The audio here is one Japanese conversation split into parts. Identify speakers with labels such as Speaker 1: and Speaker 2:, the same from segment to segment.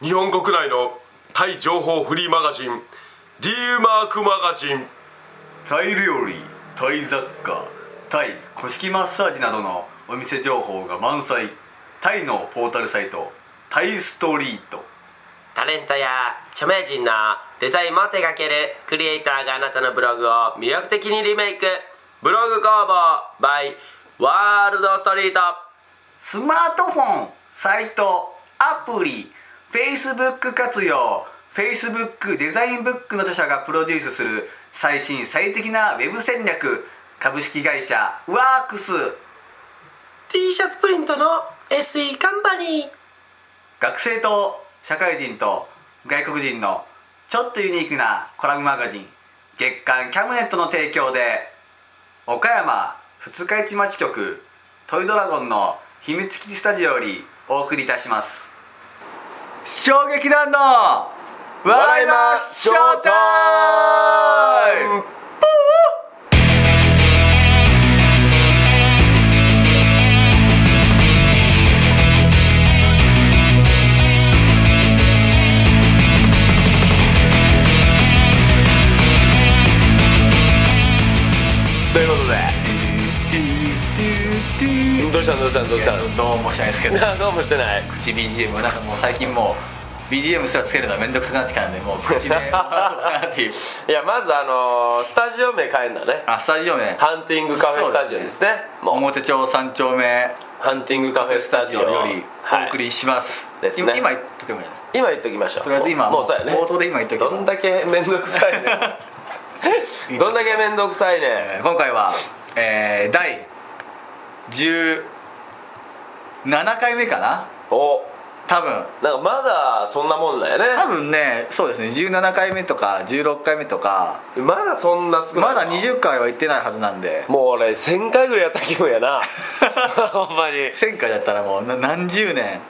Speaker 1: 日本国内のタイ情報フリーマガジン D マークマガジン
Speaker 2: タイ料理タイ雑貨タイ古式マッサージなどのお店情報が満載タイのポータルサイトタイストリート
Speaker 1: タレントや著名人のデザインも手掛けるクリエイターがあなたのブログを魅力的にリメイクブログ工房 by ワールドストリート
Speaker 2: スマートフォンサイトアプリ Facebook 活用 Facebook デザインブックの著者がプロデュースする最新最適なウェブ戦略株式会社ワークス
Speaker 1: T シャツプリントの SE カンパニー
Speaker 2: 学生と社会人と外国人のちょっとユニークなコラムマガジン月刊キャムネットの提供で岡山二日市町局トイドラゴンの秘密基地スタジオよりお送りいたします衝撃弾の笑いますショータイムということで
Speaker 1: どうしたんどうしたんどう
Speaker 2: い
Speaker 1: し
Speaker 2: や
Speaker 1: たん
Speaker 2: どうもしないですけど
Speaker 1: どうもしてない
Speaker 2: 口 BGM なんかもう最近もう BGM すらつけるのは面倒くさくなってきたんでもう口で笑おうかなっていう
Speaker 1: いやまずあのースタジオ名変えんだね
Speaker 2: あスタジオ名
Speaker 1: ハンティングカフェスタジオですねもう
Speaker 2: 表町三丁目
Speaker 1: ハンティングカフェスタジオ
Speaker 2: より
Speaker 1: はい
Speaker 2: お送りします、
Speaker 1: ですね
Speaker 2: 今今言っとけばいいです
Speaker 1: 今言っときましょう
Speaker 2: とりあえず今
Speaker 1: もうもうそうやね
Speaker 2: 冒頭で今言っとけば
Speaker 1: どんだけ面倒く さいねどんだけ面倒くさいね
Speaker 2: えー今回は、えー、第17回目かな
Speaker 1: お
Speaker 2: 多分
Speaker 1: なんかまだそんなもんだよね
Speaker 2: 多分ねそうですね17回目とか16回目とか
Speaker 1: まだそんな少な
Speaker 2: ま
Speaker 1: いな
Speaker 2: だ20回は行ってないはずなんで
Speaker 1: もう俺1000回ぐらいやった気分や なほんまに
Speaker 2: 1000回だったらもうな何十年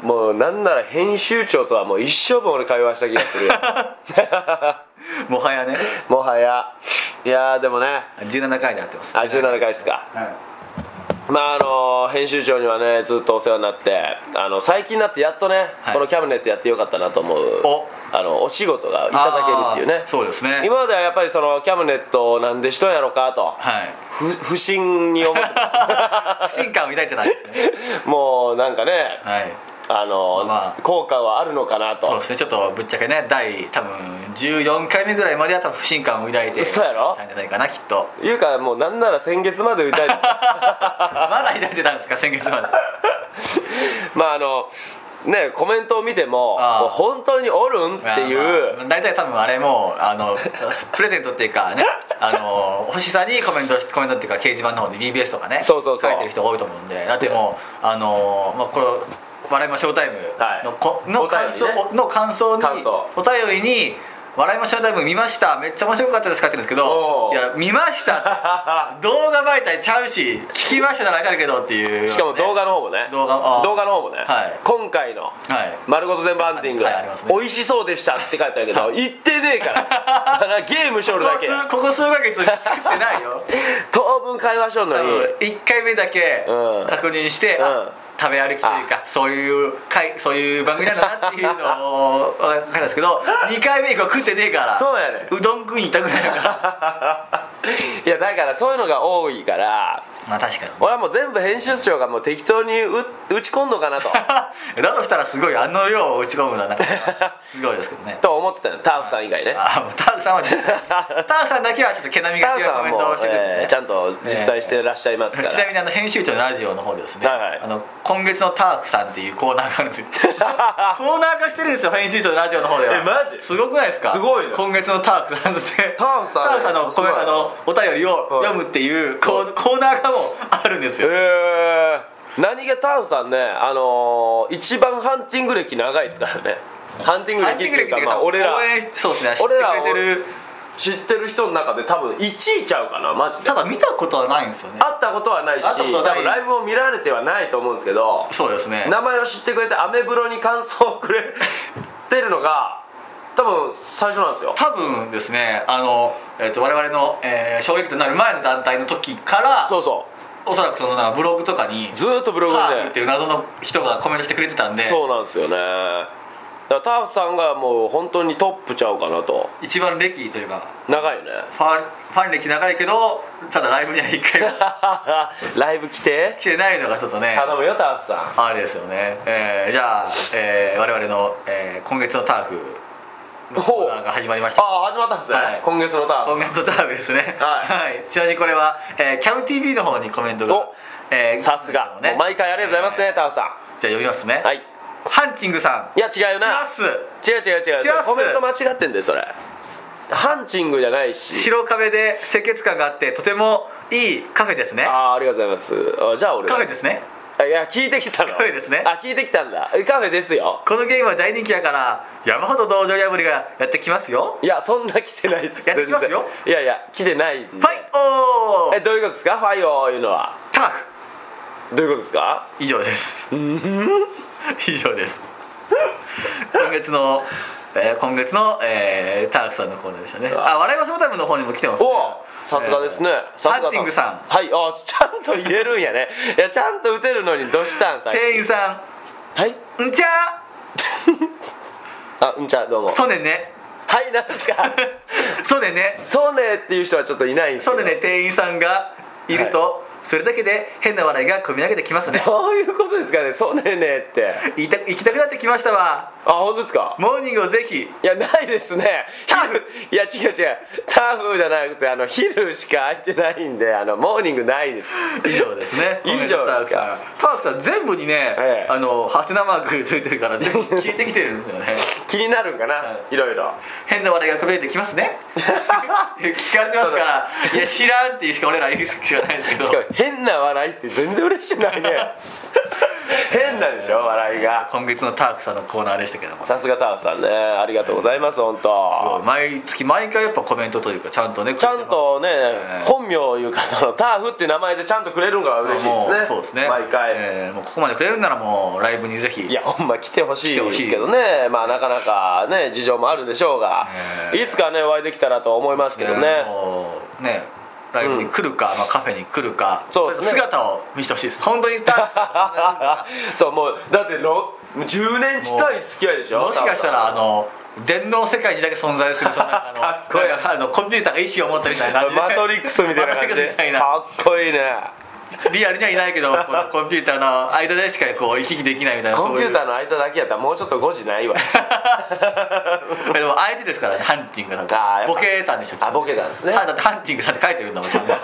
Speaker 1: もうなんなら編集長とはもう一生分俺会話した気が する
Speaker 2: も はやね
Speaker 1: もはやいやーでもね
Speaker 2: 17回でやってます
Speaker 1: あ17回ですか
Speaker 2: はい
Speaker 1: まああの編集長にはねずっとお世話になってあの最近になってやっとね、
Speaker 2: はい
Speaker 1: このキャブネットやってよかったなと思う
Speaker 2: お
Speaker 1: あのお仕事がいただけるっていうね
Speaker 2: あーそうですね
Speaker 1: 今まではやっぱりそのキャブネットなんでしとんやろかと
Speaker 2: はい
Speaker 1: 不 不審に思ってました
Speaker 2: 不信感を抱いてないですね
Speaker 1: もうなんかね
Speaker 2: はい
Speaker 1: あの、
Speaker 2: まあ
Speaker 1: 効果はあるのかなと
Speaker 2: そうですねちょっとぶっちゃけね第多分14回目ぐらいまでは多分不信感を抱いて
Speaker 1: そうやろ
Speaker 2: たんじゃないかなきっと
Speaker 1: いうかもうなんなら先月まで歌い
Speaker 2: まだ抱いてたんですか先月まで
Speaker 1: まああのねコメントを見ても
Speaker 2: ああ
Speaker 1: こう本当におるんっていう、
Speaker 2: まあまあ大体多分あれもうあの プレゼントっていうかねあの星さんにコメントしコメントっていうか掲示板の方に BBS とかね
Speaker 1: そうそうそう
Speaker 2: 書いてる人多いと思うんでだってもうあの、まあ、これ「笑いましょうタイム
Speaker 1: はい
Speaker 2: のこ」の
Speaker 1: お便
Speaker 2: 感
Speaker 1: り
Speaker 2: 想、
Speaker 1: ね
Speaker 2: の感想に
Speaker 1: 感想
Speaker 2: お便りに「笑いましょうタイム見ましためっちゃ面白かったです」書いてるんですけ
Speaker 1: お
Speaker 2: ど
Speaker 1: う
Speaker 2: 「いや見ましたって」 動画媒体ちゃうし聞きましたならわかるけどっていう、
Speaker 1: しかも動画の方もね
Speaker 2: 動画ああ
Speaker 1: 動画の方もね、
Speaker 2: はい
Speaker 1: 今回の
Speaker 2: はい
Speaker 1: 「丸ごと全部ハンティング」
Speaker 2: はいありますね
Speaker 1: 美味しそうでした」って書いてあるけど言ってねえからあのゲームしょるだ け
Speaker 2: ここ数ここ数ヶ月作ってないよ
Speaker 1: 当分会話しょるのに
Speaker 2: 1回目だけ
Speaker 1: うん
Speaker 2: 確認して、
Speaker 1: うん
Speaker 2: あ食べ歩きというかそういう回そういう番組なんだなっていうのを分かったんです けど2回目以降食ってねえから
Speaker 1: そうやね
Speaker 2: うどん食いに行ったぐらいだから
Speaker 1: いやだからそういうのが多いから
Speaker 2: まあ確かに
Speaker 1: 俺はもう全部編集長がもう適当に打打ち込んのかなと
Speaker 2: だとしたらすごいあの量を打ち込むのはなんかすごいですけどね
Speaker 1: と思ってたのターフさん以外ね
Speaker 2: あもうタークさんは実 際タークさんだけはちょっと毛並み
Speaker 1: タ
Speaker 2: が
Speaker 1: ーフ
Speaker 2: 違う
Speaker 1: さん
Speaker 2: コ
Speaker 1: は
Speaker 2: メント
Speaker 1: も
Speaker 2: を
Speaker 1: う
Speaker 2: してくるね
Speaker 1: えーちゃんと実在してらっしゃいますか
Speaker 2: ちなみ
Speaker 1: ら
Speaker 2: にあの編集長のラジオの方でですね、
Speaker 1: はいはい
Speaker 2: あの今月のタークさんっていうコーナーがあるんで すよコーナー化してるんですよ編集長のラジオの方では
Speaker 1: えマジ
Speaker 2: すごくないですか
Speaker 1: すごいね
Speaker 2: 今月のタークさんって
Speaker 1: タークさん
Speaker 2: タークさんの
Speaker 1: す
Speaker 2: コ
Speaker 1: ご
Speaker 2: メ
Speaker 1: い
Speaker 2: あのお便りを読むっていうコー,、コーナーがもうあるんです
Speaker 1: え
Speaker 2: よ
Speaker 1: ー何気タウンさんねあのー一番ハンティング歴長いですからねハンティング歴っていうかまあ俺ら
Speaker 2: 応援そうですね知って
Speaker 1: 俺らを
Speaker 2: くれてる
Speaker 1: 知ってる人の中で多分1位ちゃうかなマジで
Speaker 2: ただ見たことはないんですよね
Speaker 1: 会ったことはないし
Speaker 2: 会ったことはない
Speaker 1: 多分ライブも見られてはないと思うんですけど
Speaker 2: そうですね
Speaker 1: 名前を知ってくれてアメブロに感想をくれてるのが多分最初なんですよ
Speaker 2: 多分ですねあの、えー、と我々の、えー、衝撃となる前の団体の時から
Speaker 1: そうそ
Speaker 2: おそらくそのなんかブログとかに
Speaker 1: うずーっとブログ
Speaker 2: パーフって
Speaker 1: で
Speaker 2: いう謎の人がコメントしてくれてたんで
Speaker 1: そうなんですよねだからターフさんがもう本当にトップちゃうかなと
Speaker 2: 一番歴というか
Speaker 1: 長いよね
Speaker 2: ファンファン歴長いけどただライブには一回も
Speaker 1: ライブ来て
Speaker 2: 来てないのがちょっと ね
Speaker 1: 頼むよターフさ
Speaker 2: あれですよね、えーじゃあ、えー我々の、えー今月のターフ
Speaker 1: ん
Speaker 2: の
Speaker 1: ほ
Speaker 2: コ
Speaker 1: う
Speaker 2: ーナーが
Speaker 1: あ
Speaker 2: 始まりました
Speaker 1: あ始まったんですね、
Speaker 2: はい
Speaker 1: 今月のター
Speaker 2: 今
Speaker 1: フ
Speaker 2: 月のターフですね
Speaker 1: は
Speaker 2: はい、ちなみにこれは、えー、キャム TV の方にコメントが
Speaker 1: お
Speaker 2: えー
Speaker 1: さんさすが、
Speaker 2: ね
Speaker 1: もう毎回ありがとうございますね、
Speaker 2: えー
Speaker 1: ターフさ
Speaker 2: じゃあ読みますね
Speaker 1: んはい
Speaker 2: ハンチングさん
Speaker 1: いや違うよ
Speaker 2: しま
Speaker 1: な
Speaker 2: す
Speaker 1: 違う違う違う
Speaker 2: します
Speaker 1: コメント間違ってんだよそれハンチングじゃないし
Speaker 2: 白壁で清潔感があってとてもいいカフェですね
Speaker 1: ああーありがとうございますあじゃあ俺
Speaker 2: カ
Speaker 1: だ
Speaker 2: フェですね
Speaker 1: あいや聞いてきたの
Speaker 2: カフェですね
Speaker 1: あ聞いてきたんだえカフェですよ
Speaker 2: このゲームは大人気だから山ほど道場破りがやってきますよ
Speaker 1: いやそんな来てないです
Speaker 2: やってきますよ
Speaker 1: 全然いやいや来てないんで
Speaker 2: ファイオ
Speaker 1: え
Speaker 2: ー
Speaker 1: どういうことですかファイオーいうのは
Speaker 2: ターフ
Speaker 1: どういうことですか
Speaker 2: 以上です 以上です今月の、えー今月の、えータークさんのコーナーでしたねあ笑いましょうタイムの方にも来てますね
Speaker 1: おおさすがですね、さすが
Speaker 2: ハンティングさん
Speaker 1: はいあちゃんと言えるんやねいやちゃんと打てるのにどうしたんさ
Speaker 2: 店員さ
Speaker 1: はい
Speaker 2: んんちゃ
Speaker 1: あうんちゃんどうも
Speaker 2: ーそうねんね
Speaker 1: はいなんですか
Speaker 2: そうねんね
Speaker 1: そうねっていう人はちょっといないんですけ
Speaker 2: そ
Speaker 1: ど
Speaker 2: うねんね店員さんがいると、それだけで変な笑いが込み上げてきま すね
Speaker 1: どういうことですかねそうねねって
Speaker 2: 行きた行きたくなってきましたわ
Speaker 1: あ本当ですか
Speaker 2: モーニングをぜひ
Speaker 1: いやないですね
Speaker 2: ターフ
Speaker 1: いや違う違うターフじゃなくてあの昼しか空いてないんであのモーニングないです
Speaker 2: 以上ですね
Speaker 1: 以上ですか
Speaker 2: タークさんタークさん全部にね、
Speaker 1: ええ
Speaker 2: あのハテナマークついてる から全部聞いてきてるんですよね
Speaker 1: 気になるんかな、
Speaker 2: は
Speaker 1: い
Speaker 2: い
Speaker 1: ろいろ
Speaker 2: 変な笑いがこびれてきます ね聞かれてますからいや知らんっていうしか俺ら言うしかないんですけど
Speaker 1: しかも変な笑いって全然嬉しくない ね変なんでしょ笑いが
Speaker 2: 今月のタークさんのコーナーでしたけども
Speaker 1: さすがターフさんねありがとうございます本当
Speaker 2: 毎月毎回やっぱコメントというかちゃんとね
Speaker 1: ちゃんとね、
Speaker 2: え
Speaker 1: 本名いうかそのターフっていう名前でちゃんとくれるのが嬉しいですね
Speaker 2: そうですね
Speaker 1: 毎回、
Speaker 2: えーもうここまでくれるならもうライブにぜひ
Speaker 1: いやほんま来てほしい
Speaker 2: 来て
Speaker 1: で
Speaker 2: ほしい
Speaker 1: すけどねまあなかなかね事情もあるんでしょうが、
Speaker 2: ねえ
Speaker 1: いつかねお会いできたらと思いますけどね
Speaker 2: えーもうねライブに来るか、まあ、カフェに来るか
Speaker 1: そうですね
Speaker 2: 姿を見せてほしいです本当にスタークさ ん
Speaker 1: そうもうだってろ10年近い付き合いでしょ
Speaker 2: もしかしたらあ
Speaker 1: 多
Speaker 2: の電脳世界にだけ存在する そんなあの
Speaker 1: かっこいい
Speaker 2: なんかあのコンピューターが意思を持ったみたいな感
Speaker 1: 分
Speaker 2: じで
Speaker 1: マトリックスみたいな感じ
Speaker 2: マトリックス
Speaker 1: で
Speaker 2: みたいな
Speaker 1: かっこいいね
Speaker 2: リアルにはいないけどこのコンピューターの間でしかこう行き来できないみたいな
Speaker 1: コンピュータ
Speaker 2: ー
Speaker 1: ーの間だけやったらもうちょっと5時ないわ
Speaker 2: でも相手ですからねハンティングさん
Speaker 1: あーやっぱ
Speaker 2: ボケたんでしょきっと
Speaker 1: あボケたんですね
Speaker 2: あだってハンティングさんって書いてるんだもんそんな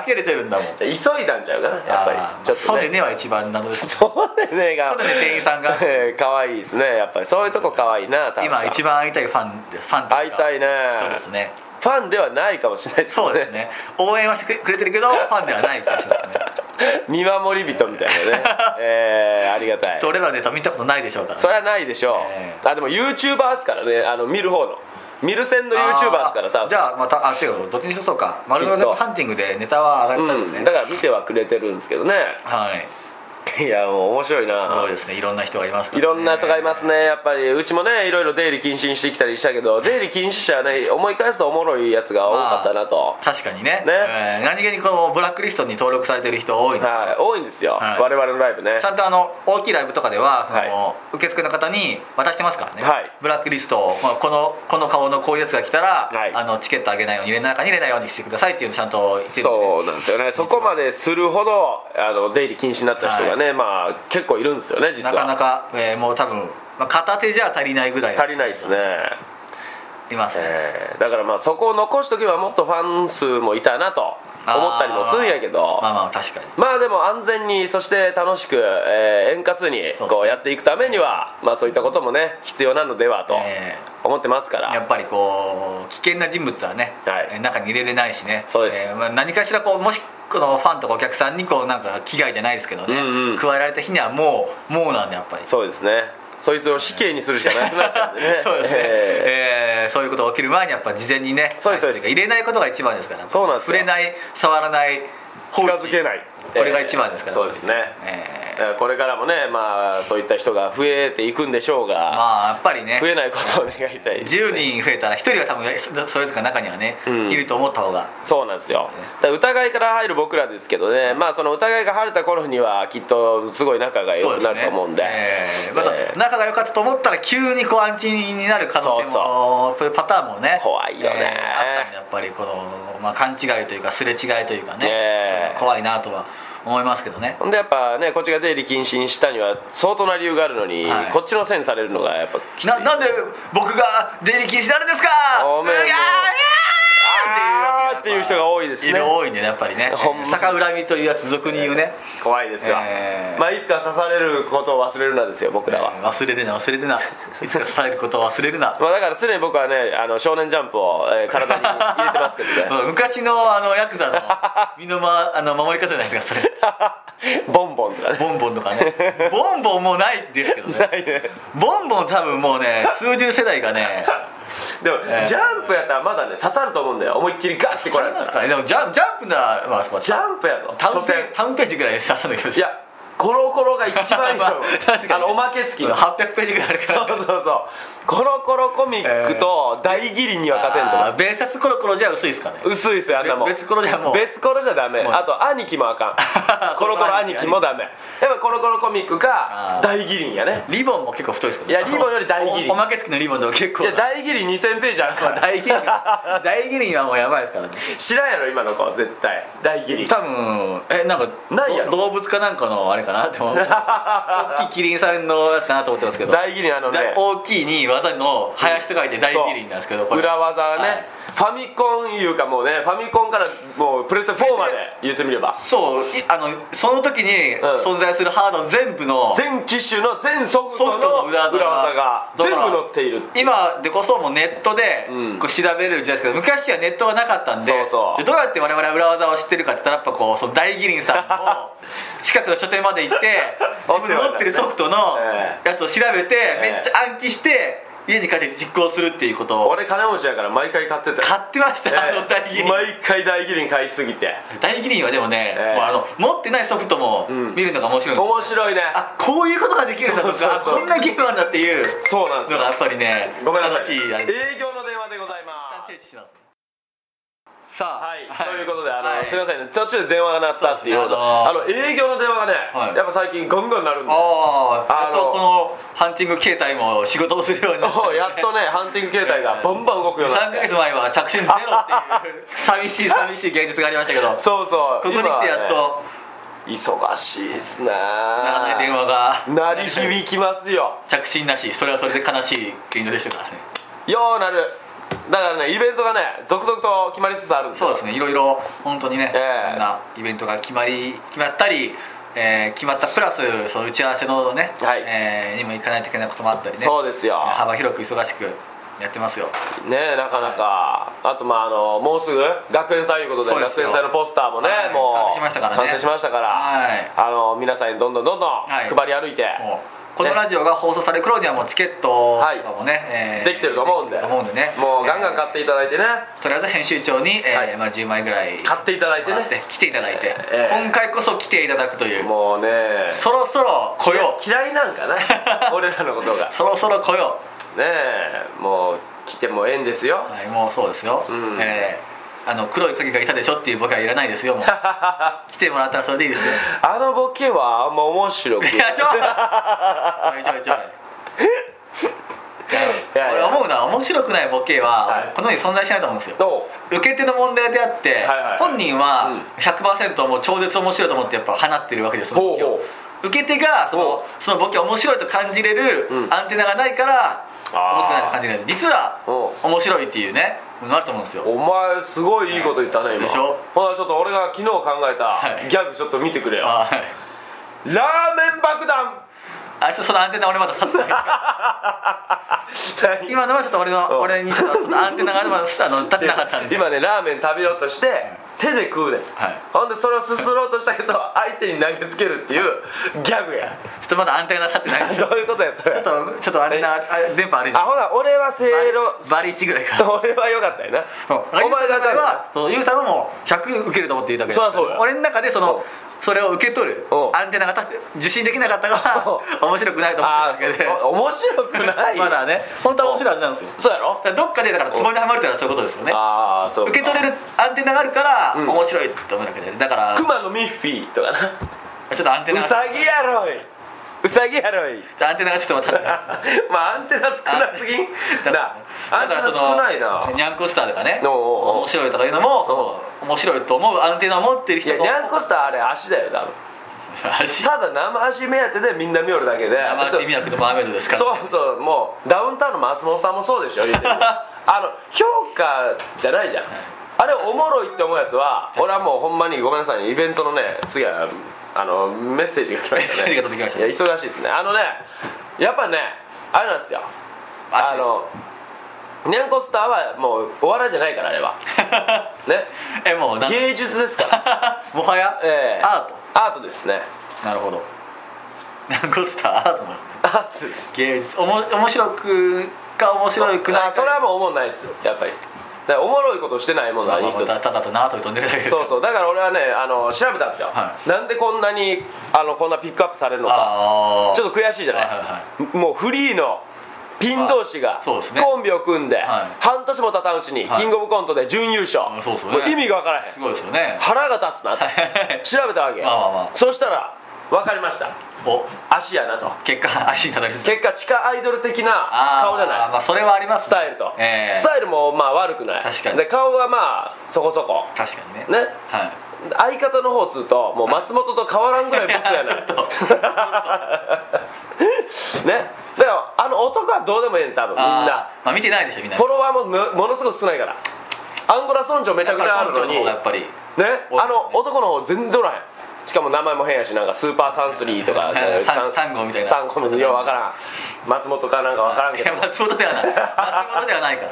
Speaker 2: 書けれてるんだもんやっ
Speaker 1: 急いだんちゃうかなやっぱりちょっと
Speaker 2: そうで
Speaker 1: ね
Speaker 2: ねは一番なのです
Speaker 1: そうでねが
Speaker 2: そうでね店員さんが
Speaker 1: えー可愛いですねやっぱりそういうとこ可愛いな多分
Speaker 2: 今一番会いたいファンでファンとうか
Speaker 1: 会いたいね
Speaker 2: 人ですね
Speaker 1: ファンではないかもしれないですね
Speaker 2: そうですね応援はしてくれてるけどファンではない気がしますね
Speaker 1: 見守り人みたい なねえー、ありがたい
Speaker 2: 俺らのネタ見たことないでしょうから
Speaker 1: それはないでしょう、
Speaker 2: え
Speaker 1: あでも YouTuber ですからねあの見る方の見る線の YouTuber ですから多分
Speaker 2: じゃあまたあてよどっちにしろそうか丸の全部ハンティングでネタは上がった
Speaker 1: うん
Speaker 2: で
Speaker 1: ん、
Speaker 2: ね、
Speaker 1: だから見てはくれてるんですけどね
Speaker 2: はい
Speaker 1: いやもう面白い
Speaker 2: すごい
Speaker 1: な
Speaker 2: ですねいろんな人がいますから、
Speaker 1: いろんな人がいますねやっぱりうちもねいろいろ出入り禁止にしてきたりしたけど出入り禁止者はね思い返すとおもろいやつが多かったなと、
Speaker 2: 確かにね
Speaker 1: ね
Speaker 2: えー何気にこのブラックリストに登録されてる人多いんですよ
Speaker 1: はい多いんですよ、
Speaker 2: はい
Speaker 1: 我々のライブね
Speaker 2: ちゃんとあの大きいライブとかではその、
Speaker 1: は
Speaker 2: 受付の方に渡してますからね、
Speaker 1: はい
Speaker 2: ブラックリストをこのこのこの顔のこういうやつが来たら、
Speaker 1: はい
Speaker 2: あのチケットあげないように入れ中に入れないようにしてくださいっていうのちゃんと言ってるんでね
Speaker 1: そうなんですよねそこまでするほどあの出入り禁止になった人がね、まあ結構いるんですよね実は
Speaker 2: なかなか、えーもう多分、まあ、片手じゃ足りないぐらい
Speaker 1: 足りないですね、
Speaker 2: いますね、
Speaker 1: えーだからまあそこを残しとけばもっとファン数もいたなと思ったりもするんやけど
Speaker 2: まあまあ確かに
Speaker 1: まあでも安全にそして楽しく、えー円滑に
Speaker 2: そうですね
Speaker 1: こうやっていくためにはまあそういったこともね必要なのではと
Speaker 2: え
Speaker 1: 思ってますか
Speaker 2: やっ
Speaker 1: ら
Speaker 2: ぱりこう危険な人物はね、
Speaker 1: はい
Speaker 2: え中に入れれないしね
Speaker 1: そうです
Speaker 2: えーまあ、何かしらこうもしこのファンとかお客さんにこうなんか危害じゃないですけどね、
Speaker 1: うんうん
Speaker 2: 加えられた日にはもうもうなんでやっぱり
Speaker 1: そうですねそいつを死刑にするしかなくなっちゃうんでね
Speaker 2: そうですね、
Speaker 1: え
Speaker 2: えーそういうことが起きる前にやっぱ事前にね
Speaker 1: そうですそうです
Speaker 2: 入れないことが一番ですから
Speaker 1: そうなんです
Speaker 2: 触
Speaker 1: よ
Speaker 2: れない触らない
Speaker 1: ー近づけない
Speaker 2: これが一番ですから
Speaker 1: えーそうですね
Speaker 2: え
Speaker 1: だからこれからもねまあそういった人が増えていくんでしょう
Speaker 2: ー
Speaker 1: が、
Speaker 2: まあやっぱりね
Speaker 1: 増えないことを願いたいです
Speaker 2: 10人増えたら1人は多分そそれぞれの中にはね、
Speaker 1: うん
Speaker 2: いると思った方が
Speaker 1: そうなんですよだから疑いから入る僕らですけどね、まあその疑いが晴れた頃にはきっとすごい仲が良くなると思うんで
Speaker 2: えーま
Speaker 1: え
Speaker 2: た仲が良かったと思ったら急にこうアンチになる可能性もそういうパターンもね
Speaker 1: 怖いよね
Speaker 2: あったりやっぱりこの、まあ、勘違いというかすれ違いというかね、
Speaker 1: ええ
Speaker 2: そういうの怖いなとは思いますけどね
Speaker 1: ほんでやっぱねこっちが出入り禁止にしたには相当な理由があるのに、
Speaker 2: はい
Speaker 1: こっちのせいにされるのがやっぱきつい
Speaker 2: ななんで僕が出入り禁止なんですか
Speaker 1: ごめんもう
Speaker 2: うわーいや
Speaker 1: あ
Speaker 2: ー
Speaker 1: ーっていう人が多いですね
Speaker 2: いる多いねやっぱりね
Speaker 1: ほんま
Speaker 2: 逆恨みというやつ俗に言うね
Speaker 1: 怖いですよ、
Speaker 2: えー
Speaker 1: まあいつか刺されることを忘れるなですよ僕らは、
Speaker 2: 忘れるな忘れるないつか支えることを忘れるな
Speaker 1: まあ、だから常に僕はねあの少年ジャンプを、えー体に入れてますけどね
Speaker 2: 昔のあのヤクザの身の,、ま、あの守り方じゃないですかそれ
Speaker 1: ボンボンとかね
Speaker 2: ボンボンとかねボンボンもうないですけどね
Speaker 1: ないね
Speaker 2: ボンボン多分もうね数十世代がね
Speaker 1: でも、
Speaker 2: えー
Speaker 1: ジャンプやったらまだね刺さると思うんだよ思いっきりガッてこら
Speaker 2: あ
Speaker 1: れ
Speaker 2: り
Speaker 1: た
Speaker 2: ます
Speaker 1: ら
Speaker 2: かねでもジャンジャンプならまあそう
Speaker 1: ジャンプやぞ
Speaker 2: タウ
Speaker 1: 所
Speaker 2: ンペ
Speaker 1: 詮
Speaker 2: タウンページぐらいで刺さないけど
Speaker 1: いやコロコロが一番いいと思う
Speaker 2: 確かに
Speaker 1: あのおまけ付きの
Speaker 2: 800ページぐらいあるから
Speaker 1: そうそうそうコロコロコミックと大義理には勝てんと
Speaker 2: あ
Speaker 1: か
Speaker 2: ー別冊コロコロじゃ薄いですかね
Speaker 1: 薄いっすよあんなもん
Speaker 2: べ別コロじゃもう
Speaker 1: 別コロじゃダメ
Speaker 2: もう
Speaker 1: あと兄貴も あかんコロコロ兄貴もダメやっぱコロコロコミックか
Speaker 2: あー
Speaker 1: 大義理やね
Speaker 2: リボンも結構太いですけど
Speaker 1: いやリボンより大ギリ
Speaker 2: おおまけ付きのリボンでも結
Speaker 1: い
Speaker 2: 構
Speaker 1: や大義理2000ページあるから
Speaker 2: 大ギリが 大ギリはもうやばいですからね
Speaker 1: 知らんやろ今の子絶対大義理
Speaker 2: 多分えなんか
Speaker 1: ないやろ
Speaker 2: ど動物かなんかのあれかなって 思う大きいキリンさんのやつかなと思ってますけど
Speaker 1: 大義理あのね
Speaker 2: だ大きいに技の林と書いて大キリンなんですけどこれ
Speaker 1: 裏技はね、
Speaker 2: はい
Speaker 1: ファミコンいうかもうねファミコンからもうプレステ4まで言ってみれば
Speaker 2: そういあのその時に
Speaker 1: ん
Speaker 2: 存在するハード全部の
Speaker 1: 全機種の全ソフ
Speaker 2: ソ
Speaker 1: ト
Speaker 2: フト
Speaker 1: の
Speaker 2: の
Speaker 1: 裏
Speaker 2: 裏
Speaker 1: 技
Speaker 2: 技
Speaker 1: が全部
Speaker 2: だから
Speaker 1: 載っている
Speaker 2: 今でこそもうネットで
Speaker 1: うん
Speaker 2: こう調べれるじゃないですけど、昔はネットがなかったんで
Speaker 1: そうそう
Speaker 2: でどうやって我々は裏技を知ってるかって言ったらやっぱこうその大義林さ んの近くの書店まで行って
Speaker 1: お
Speaker 2: 自
Speaker 1: 世話になった
Speaker 2: 分の持ってるソフトの
Speaker 1: え
Speaker 2: やつを調べて、
Speaker 1: え
Speaker 2: めっちゃ暗記して家に帰って実行するっていうことを
Speaker 1: 俺金持ちやから毎回買ってたよ
Speaker 2: 買ってました、あの大義
Speaker 1: えー
Speaker 2: 林
Speaker 1: 毎回大義林買いすぎて
Speaker 2: 大義林はでもね、
Speaker 1: ええ
Speaker 2: もうあの持ってないソフトも
Speaker 1: ん
Speaker 2: 見るのが面白いんです、
Speaker 1: 面白いね
Speaker 2: あこういうことができるんだとか
Speaker 1: そうそうそう
Speaker 2: あこんなゲームなんだっていう
Speaker 1: そうなんです
Speaker 2: の
Speaker 1: よ
Speaker 2: がやっぱりね
Speaker 1: ごめんな
Speaker 2: 楽
Speaker 1: さ
Speaker 2: し
Speaker 1: い営
Speaker 2: いあれ
Speaker 1: 業の電話でございます
Speaker 2: さあ、
Speaker 1: はい、ということであの、
Speaker 2: はい
Speaker 1: すみませんね途中で電話が鳴ったっていうことあ
Speaker 2: そう
Speaker 1: の営業の電話がね、
Speaker 2: はい
Speaker 1: やっぱ最近ゴンゴンなるんで
Speaker 2: ああ
Speaker 1: あ
Speaker 2: やっ
Speaker 1: の
Speaker 2: とこのハンティング形態も仕事をするように な
Speaker 1: おうやっとねハンティング携帯がバンバン動くようにな
Speaker 2: 3
Speaker 1: っ
Speaker 2: ヶ
Speaker 1: て
Speaker 2: 月前は着信ゼロっていう寂しい寂しい現実がありましたけどこ
Speaker 1: そうそう
Speaker 2: こに来てやっ
Speaker 1: 今はね
Speaker 2: と
Speaker 1: 忙しいですね
Speaker 2: 鳴らない電話が
Speaker 1: 鳴り響きますよ
Speaker 2: 着信なしそれはそれで悲しい現状でしたからね
Speaker 1: ようなるだからねイベントがね続々と決まりつつあるんですよ
Speaker 2: そうですねいろいろ本当にね、
Speaker 1: ええ
Speaker 2: いろんなイベントが決まり決まったり、えー決まったプラスその打ち合わせのね、
Speaker 1: はい
Speaker 2: えーにも行かないといけないこともあったりね
Speaker 1: そうですよ
Speaker 2: 幅広く忙しくやってますよ
Speaker 1: ねなかなか、あとまああのもうすぐ学園祭ということで
Speaker 2: そうです
Speaker 1: 学
Speaker 2: よ
Speaker 1: 園祭のポスターもね、
Speaker 2: はい
Speaker 1: もう
Speaker 2: 完成しましたからね
Speaker 1: 完成しましたから
Speaker 2: はい
Speaker 1: あの皆さんにどんどんどんどん
Speaker 2: はい
Speaker 1: 配り歩いて、
Speaker 2: もうこのラジオが放送される頃にはもうチケットとかもね、えー
Speaker 1: できてると思うんで
Speaker 2: できてると思うんでね
Speaker 1: もうガンガン買っていただいてね、
Speaker 2: えーとりあえず編集長に、えー
Speaker 1: はい
Speaker 2: まあ、10枚ぐらい
Speaker 1: 買っていただいて
Speaker 2: もらって
Speaker 1: ね
Speaker 2: 来ていただいて、
Speaker 1: えー
Speaker 2: 今回こそ来ていただくという
Speaker 1: もうね
Speaker 2: そろそろ来よう
Speaker 1: 嫌いなん かな俺らのことが
Speaker 2: そろそろ来よ
Speaker 1: ねえもう来てもええんですよ
Speaker 2: う、はい、もうそうですよ、
Speaker 1: うん
Speaker 2: えーあの黒い影がいたでしょっていう僕はいらないです よもう来てもらったらそれでいいですよ
Speaker 1: あのボケはあんま面白くない
Speaker 2: いやちょいちょいちょいちょい
Speaker 1: いやいや
Speaker 2: 俺思うのは面白くないボケ
Speaker 1: はい
Speaker 2: はこの世に存在しないと思うんですよ
Speaker 1: どう
Speaker 2: 受け手の問題であって、
Speaker 1: はいはい
Speaker 2: 本人
Speaker 1: うん
Speaker 2: は100%もう超絶面白いと思ってやっぱ放ってるわけですよそのボケを
Speaker 1: ほうほ
Speaker 2: 受け手がそ
Speaker 1: ほ
Speaker 2: のそのボケを面白いと感じれる
Speaker 1: うん
Speaker 2: アンテナがないか
Speaker 1: あ
Speaker 2: ら、
Speaker 1: ー
Speaker 2: 面白いと感じれない実は
Speaker 1: ほ
Speaker 2: 面白いっていうねなると思うんですよ
Speaker 1: お前すごいいいこと言ったね今
Speaker 2: でしょ
Speaker 1: ほなちょっと俺が昨日考え
Speaker 2: は
Speaker 1: た
Speaker 2: い
Speaker 1: ギャグちょっと見てくれよ、
Speaker 2: あはい
Speaker 1: ラーメン爆 弾
Speaker 2: あちょっとそのアンテナ俺まだ立ってない今のはちょっと俺の俺にちょっとそのアンテナがまだあの立ってなかったんで
Speaker 1: 今ねラーメン食べようとして手で食うねん、
Speaker 2: はい
Speaker 1: ほんでそれをすすろうとしたけど相手に投げつけるっていうギャグや
Speaker 2: ちょっとまだアンテナ立ってないちょ
Speaker 1: どういうことやそれ
Speaker 2: っとちょっとあれなあ電波悪い
Speaker 1: あほな俺はせいろ
Speaker 2: バリ1ぐらいから
Speaker 1: 俺は良かったよなお
Speaker 2: お前
Speaker 1: 前が
Speaker 2: が
Speaker 1: 多分
Speaker 2: はそうユウさんはもう100受けると思っていたわけ
Speaker 1: そりゃそうや
Speaker 2: 俺の中でそ
Speaker 1: うん
Speaker 2: のそれを受け取る
Speaker 1: うん
Speaker 2: アンテナが立って受信できなかったか
Speaker 1: う
Speaker 2: ら面白くないと思
Speaker 1: あ
Speaker 2: っ
Speaker 1: ー
Speaker 2: てた
Speaker 1: そ
Speaker 2: わ
Speaker 1: う
Speaker 2: けで
Speaker 1: そう面白くないよ
Speaker 2: まだね本当は面白いはずなんですよ
Speaker 1: そうやろ
Speaker 2: だからどっかでだからツボにはまるってのはそういうことですよね
Speaker 1: ああそう
Speaker 2: 受け取れ
Speaker 1: る
Speaker 2: るアンテナがあるから
Speaker 1: うん
Speaker 2: 面白いって思うわけでだからち
Speaker 1: ク
Speaker 2: ょ
Speaker 1: マのミッフィーとかな
Speaker 2: っとアンテナ
Speaker 1: う
Speaker 2: がちょ
Speaker 1: さぎやろいうさぎやろい
Speaker 2: っとアンテナがちょっとまた立ってます
Speaker 1: まあアンテナ少なすぎん
Speaker 2: だ
Speaker 1: なアンテナ少ないな
Speaker 2: ニャンコスターとかね
Speaker 1: おうおうおう
Speaker 2: 面白いとかいうのも面白いと思うアンテナを持ってる
Speaker 1: い
Speaker 2: 人
Speaker 1: や
Speaker 2: が
Speaker 1: ニャン コスターあれ足だよ多分
Speaker 2: 足
Speaker 1: ただ生足目当てでみんな見よるだけで
Speaker 2: 山梨美役のマーメイドですから
Speaker 1: そうそうもうダウンタウンの松本さんもそうでしょ言うて るあの評価じゃないじゃんあれおもろいって思うやつは俺はもうほんまにごめんなさいねイベントのね次はあのメッセージが来ましたね
Speaker 2: メッセージが届きました
Speaker 1: いや忙しいですねあのねやっぱねあれなんですよあ
Speaker 2: 足
Speaker 1: のニャンコスターはもうお笑いじゃないからあれはね
Speaker 2: えも うなん
Speaker 1: 芸術ですから
Speaker 2: もはや
Speaker 1: ええ
Speaker 2: アー
Speaker 1: アートですね
Speaker 2: トなるほどニャンコスターアートなんですね
Speaker 1: アートです
Speaker 2: 芸術おも面白くか面白くな
Speaker 1: あ
Speaker 2: いか
Speaker 1: それはもうおもんないですよやっぱりだからおもろいことしてないもの
Speaker 2: ま
Speaker 1: は
Speaker 2: あ
Speaker 1: い
Speaker 2: ま
Speaker 1: い
Speaker 2: あ
Speaker 1: 人です
Speaker 2: ただとなと飛んでるだけです
Speaker 1: そうそうだから俺はねあの調べたんですよ、
Speaker 2: は
Speaker 1: なんでこんなにあのこんなピックアップされるのか
Speaker 2: ああ
Speaker 1: ちょっと悔しいじゃない、
Speaker 2: はいは
Speaker 1: もうフリーのピン同士が
Speaker 2: あそうですね
Speaker 1: コンビを組んで
Speaker 2: はい
Speaker 1: 半年も経たんうちに
Speaker 2: はい
Speaker 1: キングオブコントで準優勝、
Speaker 2: うんそうっすね
Speaker 1: もう意味が分からへん
Speaker 2: すごいですよね
Speaker 1: 腹が立つなと
Speaker 2: はい
Speaker 1: 調べたわけ
Speaker 2: まあまあまあ
Speaker 1: そしたら分かりました
Speaker 2: お
Speaker 1: 足やなと
Speaker 2: 結果足にたどり着いた
Speaker 1: 結果地下アイドル的な
Speaker 2: あー
Speaker 1: 顔じゃない
Speaker 2: まあそれはあります
Speaker 1: スタイルと、
Speaker 2: ええ
Speaker 1: スタイルもまあ悪くない
Speaker 2: 確かに
Speaker 1: で顔はまあそこそこ
Speaker 2: 確かにね
Speaker 1: ね
Speaker 2: はい
Speaker 1: 相方の方つうともう松本と変わらんぐらいブスやなね
Speaker 2: ちょっと
Speaker 1: だからあの男はどうでもええねん多分みんな
Speaker 2: あーまあ見てないでしょみんな
Speaker 1: フォロワーもむものすごく少ないからアンゴラ村長めちゃくちゃあるのに
Speaker 2: だから村長の方が
Speaker 1: ね
Speaker 2: やっぱり多い
Speaker 1: あの男の方全然おらへんしかも名前も変やしなんかスーパーサンスリーと か
Speaker 2: 三三号みたいな
Speaker 1: 3号みたいなよう分からん松本かなんか分からんけ
Speaker 2: い
Speaker 1: ど
Speaker 2: や松本ではない松本では ないか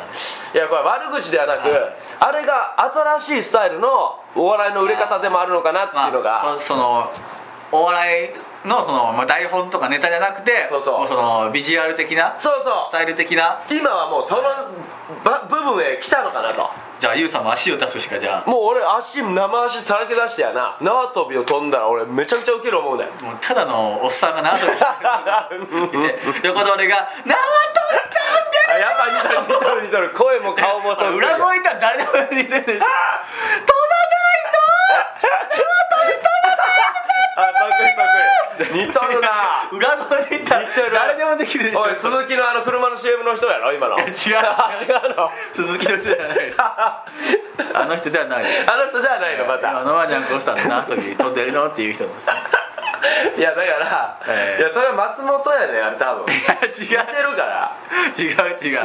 Speaker 2: ら
Speaker 1: いやこれ悪口ではなく、あれが新しいスタイルのお笑いの売れ方でもあるのかなっていうのが、
Speaker 2: まあ、そそのお笑いのその、まあ、台本とかネタじゃなくて
Speaker 1: そうそう
Speaker 2: もそのビジュアル的なス
Speaker 1: そうそう
Speaker 2: タイル的な
Speaker 1: 今はもうそのば部分へ来たのかなと
Speaker 2: じゃあユウさんも足を出すしかじゃあ
Speaker 1: もう俺足生足さらけ出してやな縄跳びを飛んだら俺めちゃくちゃウケる思うねん
Speaker 2: もうただのおっさんが縄跳び してて横で俺が「縄
Speaker 1: あやっぱ似とる似とる似とる声も顔も
Speaker 2: 跳
Speaker 1: そう
Speaker 2: び!」裏声いたら誰でも似てるで しょ
Speaker 1: あそっくりそっくり似とる な
Speaker 2: 裏声でいたら
Speaker 1: 似てる
Speaker 2: 誰でもできるでしょ
Speaker 1: おい鈴木のあの車の CM の人やろ今 の違う
Speaker 2: 違う
Speaker 1: の
Speaker 2: 鈴木の人ではない ですあの人ではないです
Speaker 1: あの人じゃないのまた
Speaker 2: 今のはニャンコスターの縄跳び飛んでるのっていう人のさ
Speaker 1: いやだから、
Speaker 2: ええ
Speaker 1: いやそれは松本やねんあれ多分似
Speaker 2: 違
Speaker 1: てるから
Speaker 2: う違う違
Speaker 1: ス
Speaker 2: う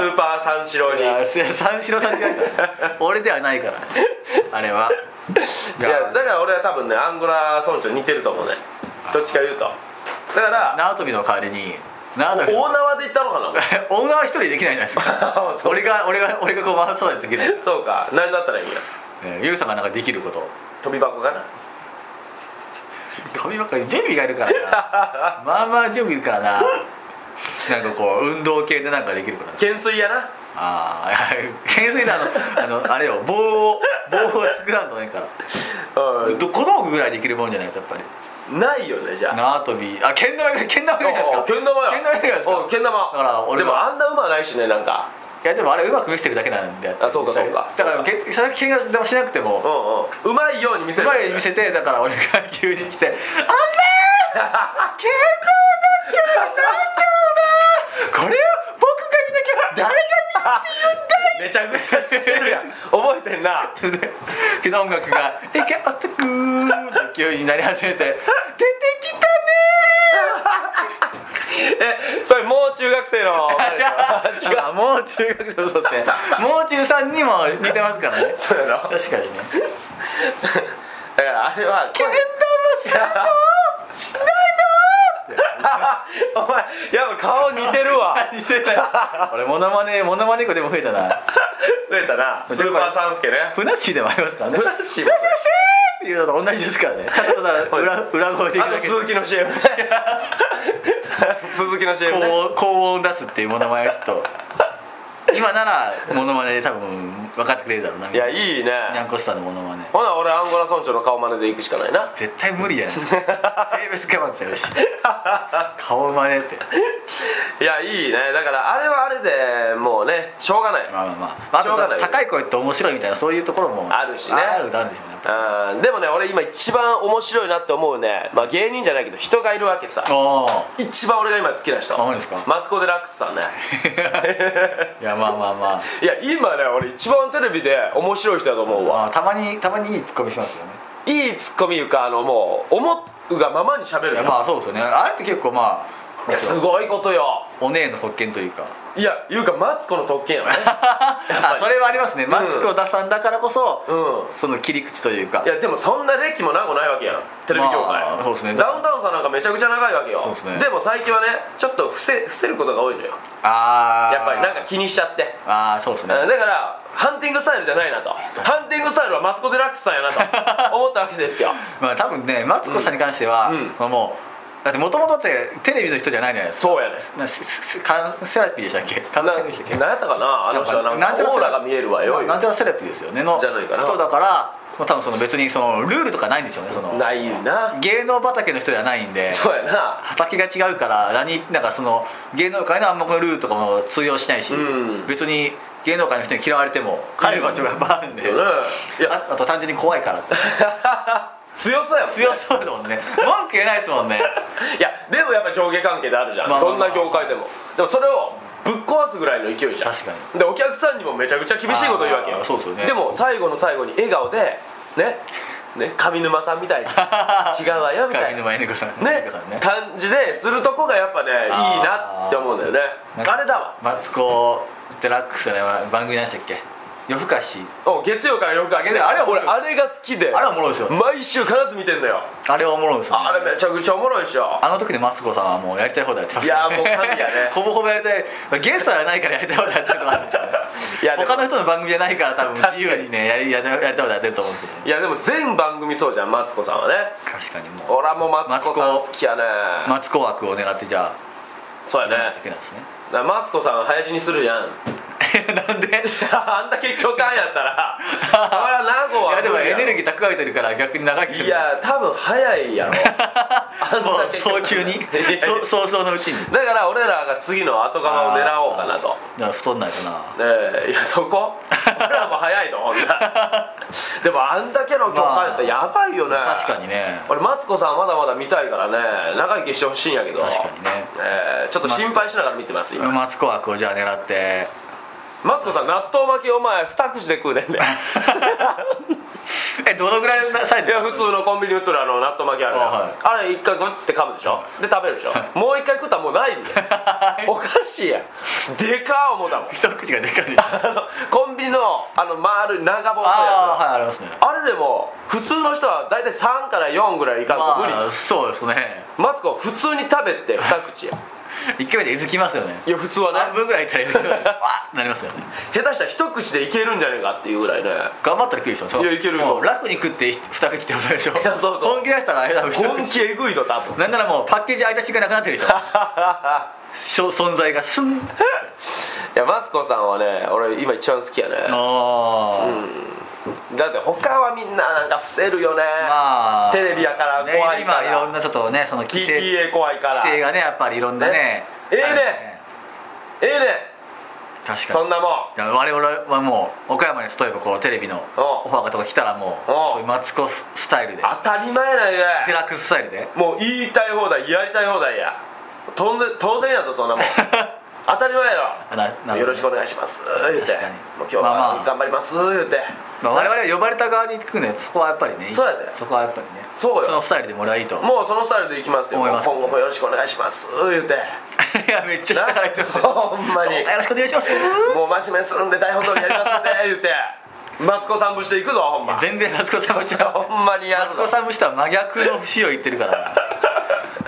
Speaker 1: ーパー三四郎に
Speaker 2: いや三四郎さん違うから 俺ではないからあれはい
Speaker 1: やだから俺は多分ねアンゴラ村長似てると思うねどっちか言うとだから
Speaker 2: 縄跳びの代わりに縄跳び
Speaker 1: 大縄で行ったのかな
Speaker 2: オーナーは一人できないじゃない ですか俺が俺が俺がこう回さないといけない
Speaker 1: そうか何だったらいいんや
Speaker 2: えーユウさんがなんかできること
Speaker 1: 飛び箱かな
Speaker 2: 髪ばっかり準備がい るからなまあまあ準備いるからななんかこう運動系でなんかできること
Speaker 1: 懸垂やな
Speaker 2: ああ懸垂であのあのあれよ棒を棒を作らんとないから
Speaker 1: う
Speaker 2: ど小道具ぐらいできるもんじゃないとやっぱり
Speaker 1: んないよねじゃあ
Speaker 2: 縄跳びあけん玉けん玉ぐらいじゃないですか
Speaker 1: けん玉や
Speaker 2: けん玉ぐらいじゃないですか
Speaker 1: おうけん玉
Speaker 2: だから俺
Speaker 1: でも
Speaker 2: は
Speaker 1: あんな馬ないしねなんか
Speaker 2: いやでもあれうまく見せてるだけなんであ
Speaker 1: あそうかそうか
Speaker 2: だからけ佐々木健がでもしなくて
Speaker 1: う
Speaker 2: も
Speaker 1: んうんうまいように見せ
Speaker 2: う
Speaker 1: る
Speaker 2: まいように見せてだから俺が急に来て「あれ健太になっちゃうなんだよなこれを僕が見なきゃ誰が
Speaker 1: めちゃくちゃしてるやん覚えてんな
Speaker 2: 見てけど音楽が「えけあスくー」って急になり始めて「出てきたね
Speaker 1: えそれもう中学生の あれでしょ違う
Speaker 2: あもう中学生そうですねもう中さんにも似てますからね
Speaker 1: そうやろ
Speaker 2: 確かにね
Speaker 1: だからあれはけん玉するのしないのお前やっぱ顔似てるわ
Speaker 2: 似てない俺モノマネモノマネ子でも増えたな
Speaker 1: 増えたなスーパーサンスケね
Speaker 2: ふなっしーでもありますからね
Speaker 1: フナッ
Speaker 2: っ
Speaker 1: シー
Speaker 2: しーっていうのと同じですからねただただ裏裏声で言う
Speaker 1: あと
Speaker 2: だけで
Speaker 1: 鈴木の CM ね鈴木の CM ね
Speaker 2: 高音高音出すっていうモノマネをちょっと今ならモノマネで多分分かってくれるだろうない
Speaker 1: いやいいね
Speaker 2: ニャンコスターのモノマネ
Speaker 1: ほな俺アンゴラ村長の顔真似で行くしかないな
Speaker 2: 絶対無理じゃないですか性別我慢しちゃうし顔真似って
Speaker 1: いやいいねだからあれはあれでもうねしょうがない
Speaker 2: まあまあまああ
Speaker 1: しょうがない
Speaker 2: と高い声って面白いみたいなそういうところも
Speaker 1: あるしね
Speaker 2: あるなんでしょうねやっぱ
Speaker 1: うんでもね俺今一番面白いなって思うね、まあ、芸人じゃないけど人がいるわけさ
Speaker 2: りおー
Speaker 1: 一番俺が今好きな人
Speaker 2: あほんまですか
Speaker 1: マツコ・デラックスさんね
Speaker 2: いやまあまあまあ
Speaker 1: いや今ね俺一番テレビで面白い人だと思うわ、
Speaker 2: まあたまにたまにいいツッコミしますよね
Speaker 1: いいツッコミいうかあのもう思うがままに喋る
Speaker 2: い
Speaker 1: じゃ
Speaker 2: や
Speaker 1: ん、
Speaker 2: まあそうですよねあれって結構ま
Speaker 1: い
Speaker 2: あ
Speaker 1: やすごいことよ
Speaker 2: お姉の特権というか
Speaker 1: いやいうかマツコの特権や ね
Speaker 2: あそれはありますねマツコダさんだからこそ、
Speaker 1: う
Speaker 2: その切り口というか
Speaker 1: いやでもそんな歴も長くないわけやんテレビ業界、
Speaker 2: まあそうですね
Speaker 1: ダウンタウンさんなんかめちゃくちゃ長いわけよ
Speaker 2: そうですね
Speaker 1: でも最近はねちょっと伏せ伏せることが多いのよ
Speaker 2: ああ
Speaker 1: やっぱりなんか気にしちゃって
Speaker 2: ああそうですね
Speaker 1: うんだからハンティングスタイルじゃないなとハンティングスタイルはマツコ・デラックスさんやなと思ったわけです よ
Speaker 2: まあ多分ねマツコさんに関しては、
Speaker 1: うん
Speaker 2: まあもうだってもともとってテレビの人じゃないじゃないですか
Speaker 1: そうやね
Speaker 2: なすすカンセラピーでしたっけカンセラピーでしたっけ
Speaker 1: なんやったかなあの人はなん
Speaker 2: やっぱ
Speaker 1: かオーラが見えるわよ
Speaker 2: まあなんちゃらセラピーですよねの
Speaker 1: じゃないかな
Speaker 2: 人だから、まあ、多分その別にそのルールとかないんでしょうねその
Speaker 1: ないな
Speaker 2: 芸能畑の人じゃないんで
Speaker 1: そうやな
Speaker 2: 畑が違うから何なんかその芸能界の暗黙のルールとかも通用しないし、
Speaker 1: うん
Speaker 2: 別に芸能界の人に嫌われても帰る場所がやっぱあるんで、
Speaker 1: よねいや
Speaker 2: ああと単純に怖いか らって
Speaker 1: 強そうやもんね
Speaker 2: 強そうだもんね文句言えないですも んね
Speaker 1: いやでもやっぱ上下関係であるじゃん、
Speaker 2: まあまあま
Speaker 1: どん
Speaker 2: あ
Speaker 1: な業界でもでもそれをぶっ壊すぐらいの勢いじゃん
Speaker 2: 確か
Speaker 1: でお客さんにもめちゃくちゃ厳しいこと言うわけ
Speaker 2: あ
Speaker 1: よ
Speaker 2: ーそうですよね
Speaker 1: でも最後の最後に笑顔でねね上沼さんみ たいに違うわよみたい
Speaker 2: 上
Speaker 1: な
Speaker 2: 沼恵美子さん恵美
Speaker 1: ね
Speaker 2: 子さんね
Speaker 1: 感じでするとこがやっぱねいい
Speaker 2: あー
Speaker 1: なって思うんだよね
Speaker 2: なんか
Speaker 1: あれだわ
Speaker 2: マツコ・デラックスの番組何でしたっけ夜更かし
Speaker 1: お月曜からよくあげて
Speaker 2: あれは面
Speaker 1: 俺
Speaker 2: 白い
Speaker 1: あれが好きで
Speaker 2: あれはおもろいですよ
Speaker 1: 毎週必ず見てんだよ
Speaker 2: あれはおもろいですよ
Speaker 1: あれめちゃくちゃおもろいでしょ
Speaker 2: あの時でマツコさんはもうやりたい放題やってました
Speaker 1: いやもう神やね
Speaker 2: ほぼほぼやりたいまあゲストはないからやりたい放題やってるとこあるんじゃ
Speaker 1: いやで
Speaker 2: な
Speaker 1: も
Speaker 2: い他の人の番組じゃないから多分
Speaker 1: 確かに
Speaker 2: 自由にねやりやりやりたい放題やってると思うんですけど
Speaker 1: いやでも全番組そうじゃんマツコさんはね
Speaker 2: 確かにもう
Speaker 1: 俺はもうマツコさん好きやね
Speaker 2: マツコ枠を狙ってじゃ
Speaker 1: そうや
Speaker 2: あ
Speaker 1: ね
Speaker 2: やっていけないですね
Speaker 1: だからマツコさん早死にするじゃん
Speaker 2: なんで
Speaker 1: あんだけ巨漢やったらそりゃ名護は
Speaker 2: いやでもエネル
Speaker 1: ギ
Speaker 2: ギー蓄えてるから逆に長生きする
Speaker 1: いや多分早いやろ
Speaker 2: も
Speaker 1: あんだ
Speaker 2: う
Speaker 1: け
Speaker 2: 早急に
Speaker 1: いやいや
Speaker 2: そう早々のうちに
Speaker 1: だから俺らが次の後釜を狙おうかなと
Speaker 2: だから太んないかな
Speaker 1: ええいやそこ俺らも早いのほんな らでもあんだけの巨漢やったらやばいよね、
Speaker 2: 確かにね
Speaker 1: 俺マツコさんまだまだ見たいからね長生きしてほしいんやけど
Speaker 2: 確かにね
Speaker 1: ええちょっと心配しながら見てます今
Speaker 2: マツコ枠をじゃあ狙って
Speaker 1: マツコさん納豆巻きお前二口で食うねんね
Speaker 2: えどのぐらいのサイ
Speaker 1: い
Speaker 2: ズ
Speaker 1: や普通のコンビニ売っとるあの納豆巻きあるやん
Speaker 2: あはい
Speaker 1: あれ一回グッて噛むでしょで食べるでしょもう一回食ったらもうないんだよおかしいやんでかー思うたもん
Speaker 2: 一口がでかいです
Speaker 1: あのコンビニのあの丸い長細い
Speaker 2: ああ
Speaker 1: や
Speaker 2: はいありますね
Speaker 1: つあれでも普通の人は大体3から4ぐらいいかん
Speaker 2: ま
Speaker 1: と無理
Speaker 2: あそうですね
Speaker 1: マツコ普通に食べて二口や
Speaker 2: 一回目でえずきますよね
Speaker 1: いや普通は
Speaker 2: 半
Speaker 1: ね
Speaker 2: 分ぐらいいったらえずきますよわーなりますよね
Speaker 1: 下手したら一口でいけるんじゃねえかっていうぐらいね
Speaker 2: 頑張ったら食うでしょその
Speaker 1: いやいけるよ
Speaker 2: もう楽に食って二口ってことでしょ
Speaker 1: やそうそう
Speaker 2: 本気出したらあれだもん
Speaker 1: 本気えぐいの多分
Speaker 2: なんならもうパッケージ開いた瞬間なくなってるでしょしょ存在がスン
Speaker 1: いやマツコさんはね俺今一番好きやね
Speaker 2: あー
Speaker 1: だって他はみんななんか伏せるよね
Speaker 2: まあ
Speaker 1: テレビやから
Speaker 2: ね
Speaker 1: 怖いから、
Speaker 2: 今いろんなちょっとねその規制
Speaker 1: PTA 怖いから
Speaker 2: 規制
Speaker 1: え
Speaker 2: がねやっぱりいろんなね
Speaker 1: ねええね
Speaker 2: ある
Speaker 1: えね
Speaker 2: 確かに
Speaker 1: そんなもん
Speaker 2: いや我々はもう岡山に例えばこうテレビの
Speaker 1: おう
Speaker 2: オファーがとか来たらもう
Speaker 1: おう
Speaker 2: そういうマツコススタイルで
Speaker 1: 当たり前なんや
Speaker 2: デラックススタイルで
Speaker 1: もう言いたい放題やりたい放題や当然当然やぞそん なもん当たり前や
Speaker 2: ななるほど
Speaker 1: ろ
Speaker 2: ね
Speaker 1: よろしくお願いします言うて
Speaker 2: 確か
Speaker 1: も
Speaker 2: に
Speaker 1: う今日は
Speaker 2: まあまあ
Speaker 1: 頑張ります言うて、
Speaker 2: まあ我々は呼ばれた側に行くねそこはやっぱりね
Speaker 1: そうやで
Speaker 2: そこはやっぱりね
Speaker 1: そうよ
Speaker 2: のスタイルでもらえばいいと
Speaker 1: もうそのスタイルでいきますよ
Speaker 2: 思います
Speaker 1: もう今後もよろしくお願いします言うて
Speaker 2: い やめっちゃ下から言ってますよ
Speaker 1: ほんまに
Speaker 2: どうかよろしくお願い します
Speaker 1: もう真面目にするんで台本通りやりますん で言うてマツコさん節でいくぞほんま
Speaker 2: 全然マツコさん節は
Speaker 1: ほんまにやる
Speaker 2: マツ
Speaker 1: ぞ
Speaker 2: コさん節とは真逆の節を言って るから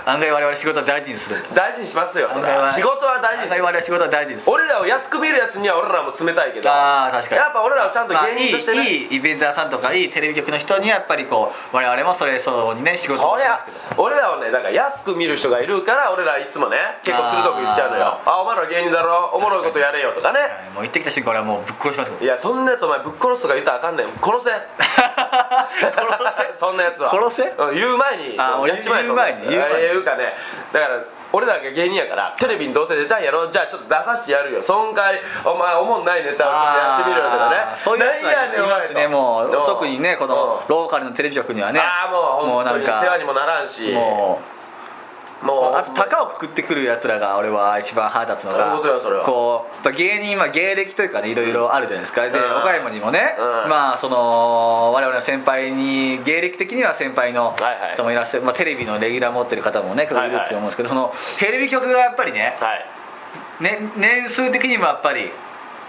Speaker 2: 案外我々仕事は大事にする
Speaker 1: 大事にし ますよそれ
Speaker 2: 案外
Speaker 1: は
Speaker 2: は
Speaker 1: 仕事は大事にす
Speaker 2: 案外我
Speaker 1: る
Speaker 2: 々仕事は大事にする
Speaker 1: 俺らを安く見るやつには俺らも冷たいけどやっ
Speaker 2: ああ確かに
Speaker 1: ぱ俺らをちゃんと
Speaker 2: まあ
Speaker 1: 芸人としてね、
Speaker 2: いいいいイベンターさんとかいいテレビ局の人にはやっぱりこう我々もそれ相応にね仕事
Speaker 1: そ
Speaker 2: を
Speaker 1: り
Speaker 2: しま
Speaker 1: ゃ
Speaker 2: すけど
Speaker 1: 俺らをねだから安く見る人がいるから俺らいつもね結構鋭く言っちゃうのよ
Speaker 2: あ
Speaker 1: あお前ら芸人だろおもろいことやれよとかね
Speaker 2: はいもう行ってきた瞬間俺はもうぶっ殺しますけ
Speaker 1: い やそんなやつお前ぶっ殺すとか言ったらあかんねん殺せ そんなやつは
Speaker 2: 殺せ
Speaker 1: うん言う前に
Speaker 2: あー
Speaker 1: もう
Speaker 2: 俺
Speaker 1: ちまえ
Speaker 2: 言う前に
Speaker 1: そんな
Speaker 2: 言う
Speaker 1: やつ
Speaker 2: 前に
Speaker 1: あ言うかねだから俺らが芸人やからテレビにどうせ出たんやろじゃあちょっと出させてやるよそんかいお前おもんないネタをちょっとやってみろよとかね
Speaker 2: そういうやつ
Speaker 1: なんやねんお
Speaker 2: は
Speaker 1: 前
Speaker 2: います
Speaker 1: と
Speaker 2: ねも
Speaker 1: ん
Speaker 2: う特にねこ
Speaker 1: う
Speaker 2: の
Speaker 1: ん
Speaker 2: ローカルのテレビ局にはね
Speaker 1: ああもう
Speaker 2: もう
Speaker 1: 本当
Speaker 2: なん
Speaker 1: に世話に
Speaker 2: か
Speaker 1: もならんし
Speaker 2: も
Speaker 1: も
Speaker 2: うあと高をくくってくるやつらが俺は一番腹立つの
Speaker 1: どういう
Speaker 2: が
Speaker 1: ことよそれは
Speaker 2: こうやっぱ芸人は芸歴というかねいろいろあるじゃないですかで
Speaker 1: うん
Speaker 2: 岡山にもね
Speaker 1: うん
Speaker 2: まあその我々の先輩に芸歴的には先輩の
Speaker 1: はいはい
Speaker 2: 人もいらっしゃるまあテレビのレギュラー持ってる方もねいると
Speaker 1: はいはい
Speaker 2: 思うんですけどそのテレビ局がやっぱりね
Speaker 1: はい
Speaker 2: ね年数的にもやっぱり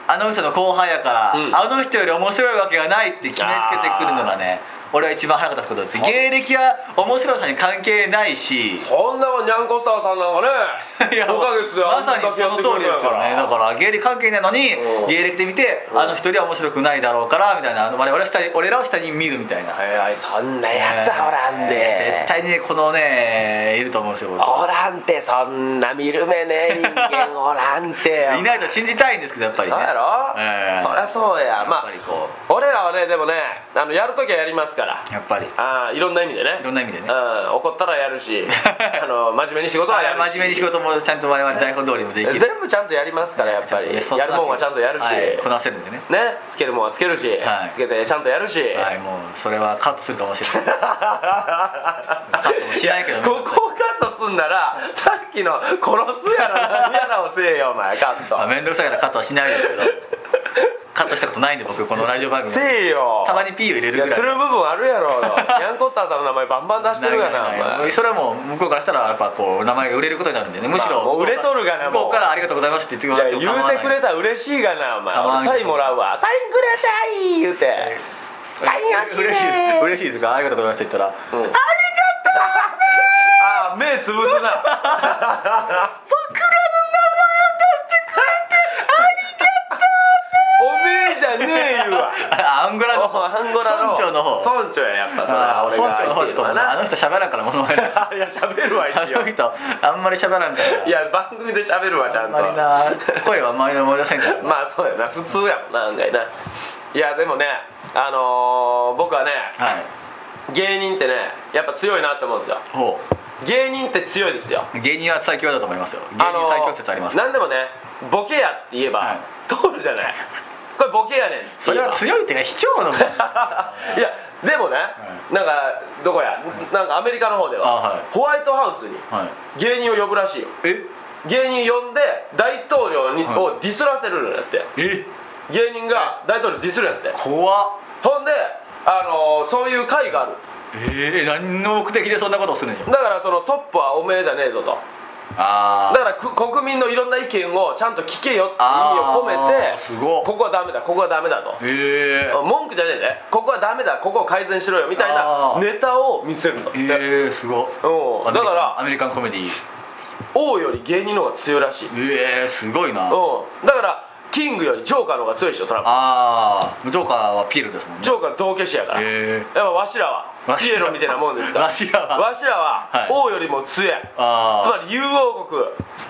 Speaker 2: あの人の後輩やから、
Speaker 1: うん
Speaker 2: あの人より面白いわけがないって決めつけてくるのがね俺は一番腹が立つことです
Speaker 1: そう
Speaker 2: 芸歴は面白さに関係ないし
Speaker 1: そんなもんにゃんこスターさんなんかね
Speaker 2: いや
Speaker 1: 5ヶ月であ
Speaker 2: ま
Speaker 1: ん
Speaker 2: さ
Speaker 1: だ
Speaker 2: に
Speaker 1: け
Speaker 2: そ
Speaker 1: やっ
Speaker 2: の
Speaker 1: て
Speaker 2: 通
Speaker 1: く
Speaker 2: り
Speaker 1: れ
Speaker 2: で
Speaker 1: るん
Speaker 2: すよねだから芸歴関係ないのに
Speaker 1: うん
Speaker 2: 芸歴で見てあの人よりは面白くないだろうからみたいな我々は下に俺らを下に見るみたいな
Speaker 1: はいはいそんなやつはおらん
Speaker 2: えー
Speaker 1: で
Speaker 2: 絶対にねこのねいると思うんですよ僕
Speaker 1: おらんてそんな見る目ねえ人間おらんて
Speaker 2: いないと信じたいんですけどやっぱりね
Speaker 1: そうやろ、
Speaker 2: えー
Speaker 1: そりゃそうやま
Speaker 2: やっぱりこ
Speaker 1: あ俺らはねでもねあのやるときはやりますから
Speaker 2: やっぱり
Speaker 1: あーいろんな意味でね
Speaker 2: いろんな意味でね
Speaker 1: うん、怒ったらやる しあの真面目に仕事はやるし
Speaker 2: 真面目に仕事もちゃんと我々台本通りもできる
Speaker 1: 全部ちゃんとやりますからやっぱり
Speaker 2: い
Speaker 1: や
Speaker 2: そな
Speaker 1: るもんはちゃんとやるし、
Speaker 2: はいこなせるんでね
Speaker 1: ねつけるもんはつけるし、
Speaker 2: はい
Speaker 1: つけてちゃんとやるし、
Speaker 2: はいもうそれはカットするかもしれないカットもしないけど ね
Speaker 1: ここをカットすんならさっきの「殺すやら何やら」をせえよお前カッ
Speaker 2: まあ
Speaker 1: ト
Speaker 2: 面倒くさいからカットはしないですけどカットしたことないんで僕このラジオ番組
Speaker 1: せえよ
Speaker 2: たまに P を入れ
Speaker 1: い
Speaker 2: る
Speaker 1: や
Speaker 2: ぐらい
Speaker 1: する部分あるやろ ヤンコスターさんの名前バンバン出してるがなお
Speaker 2: ないないない
Speaker 1: 前
Speaker 2: それはもう向こうからしたらやっぱこう名前が売れることになるんでねむしろ、
Speaker 1: まあもう売れとるがな
Speaker 2: 向こ
Speaker 1: もう
Speaker 2: うからありがとうございますって言ってく
Speaker 1: い
Speaker 2: れ
Speaker 1: や
Speaker 2: て
Speaker 1: 言
Speaker 2: も構わ
Speaker 1: う
Speaker 2: な
Speaker 1: て
Speaker 2: い
Speaker 1: くれたら嬉しいがなお前
Speaker 2: 構わん
Speaker 1: 俺
Speaker 2: けど
Speaker 1: サインもらうわサインくれたい言うてサイン欲しい
Speaker 2: 嬉しいです嬉しいですがありがとうございますって言ったら
Speaker 1: ああ目つぶす な僕らの名前を出してくれてありがとうねおめえじゃねえ言うわ
Speaker 2: あアンゴラの方
Speaker 1: アンゴラの
Speaker 2: 村長の方
Speaker 1: 村長ややっぱそれは
Speaker 2: あ
Speaker 1: 俺
Speaker 2: 村
Speaker 1: が
Speaker 2: 長の方ちょっともうあの人喋らんからものまね
Speaker 1: いや喋るわ一
Speaker 2: あの
Speaker 1: 応
Speaker 2: 人あんまり喋らんから
Speaker 1: いや番組で喋るわちゃ
Speaker 2: あ
Speaker 1: ん
Speaker 2: ん
Speaker 1: と
Speaker 2: まりな声はあんまり思い出せんから
Speaker 1: まあそうやな普通やもんな案外ないやでもねあのー、僕はね
Speaker 2: はい
Speaker 1: 芸人ってねやっぱ強いなって思うんですよ
Speaker 2: ほ
Speaker 1: 芸人って強いですよ
Speaker 2: う芸人は最強だと思いますよ芸人最強説あります、
Speaker 1: 何でもねボケやって言えば、
Speaker 2: はい
Speaker 1: 通るじゃないこれボケやねんって
Speaker 2: そ
Speaker 1: 言え
Speaker 2: れ
Speaker 1: ば
Speaker 2: は強いっていうか卑怯なもん は い
Speaker 1: やでもね、なんかどこやなんかアメリカの方では、
Speaker 2: あはい
Speaker 1: ホワイトハウスに
Speaker 2: い
Speaker 1: 芸人を呼ぶらしいよ
Speaker 2: え
Speaker 1: 芸人呼んで大統領に、
Speaker 2: はい
Speaker 1: をディスらせるのやって
Speaker 2: え
Speaker 1: 芸人が大統領ディスるんやって
Speaker 2: 怖っ
Speaker 1: ほんであのーそういう会がある
Speaker 2: えー、何の目的でそんなことをするんでしょう
Speaker 1: だからそのトップはおめえじゃねえぞと
Speaker 2: あ
Speaker 1: だからく国民のいろんな意見をちゃんと聞けよって意味を込め
Speaker 2: あー
Speaker 1: て
Speaker 2: すごっ
Speaker 1: ここはダメだここはダメだと
Speaker 2: へえー、
Speaker 1: 文句じゃねえでここはダメだここを改善しろよみたいな
Speaker 2: あー
Speaker 1: ネタを見せるんだって、
Speaker 2: えー、すごっ
Speaker 1: うんだから
Speaker 2: アメリカンコメディ
Speaker 1: 王より芸人の方が強いらしい、うん、
Speaker 2: えー、すごいな
Speaker 1: だからキングよりジョーカーの方が強いでしょトランプ
Speaker 2: ああジョーカーはピエロですもんね
Speaker 1: ジョーカー道化師やから、
Speaker 2: へー
Speaker 1: やっぱわしらは
Speaker 2: わ
Speaker 1: ピ
Speaker 2: し
Speaker 1: エ
Speaker 2: らは
Speaker 1: ロみたいなもんですから
Speaker 2: わしらは
Speaker 1: わしらは
Speaker 2: はい
Speaker 1: 王よりも強い、
Speaker 2: あー
Speaker 1: つまり雄王国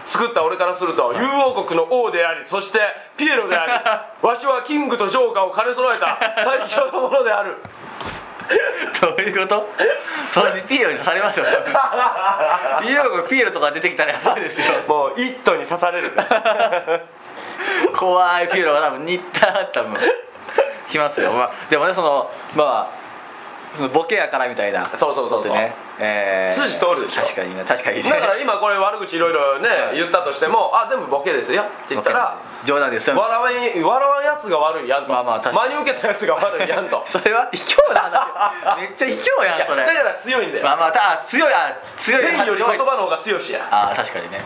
Speaker 1: 作った俺からすると雄王国の王でありそしてピエロであり わしはキングとジョーカーを兼ね揃えた最強のものである
Speaker 2: どういうことそれピエロに刺されますよ多 分ピエロがピエロとか出てきたらやばいですよ
Speaker 1: もう一途に刺される
Speaker 2: 怖いピエロは多分似た多分来ますよ、まあ、でもねそのまあそのボケやからみたい な
Speaker 1: そうそうそうそう、
Speaker 2: ね、えー
Speaker 1: 筋通るでしょ
Speaker 2: 確かにね確かにね
Speaker 1: だから今これ悪口いろいろね
Speaker 2: い
Speaker 1: 言ったとしても「あ全部ボケですよ」って言ったら
Speaker 2: 冗談ですよ
Speaker 1: 笑わん笑わんやつが悪いやんと、
Speaker 2: まあまあ確かに
Speaker 1: 真に受けたやつが悪いやん と
Speaker 2: それは卑怯な話めっちゃ卑怯やんそれ
Speaker 1: だから強いんだよ、
Speaker 2: まあまあたあ強いあ強い
Speaker 1: ペンより言葉の方が強しや
Speaker 2: ああ確かにね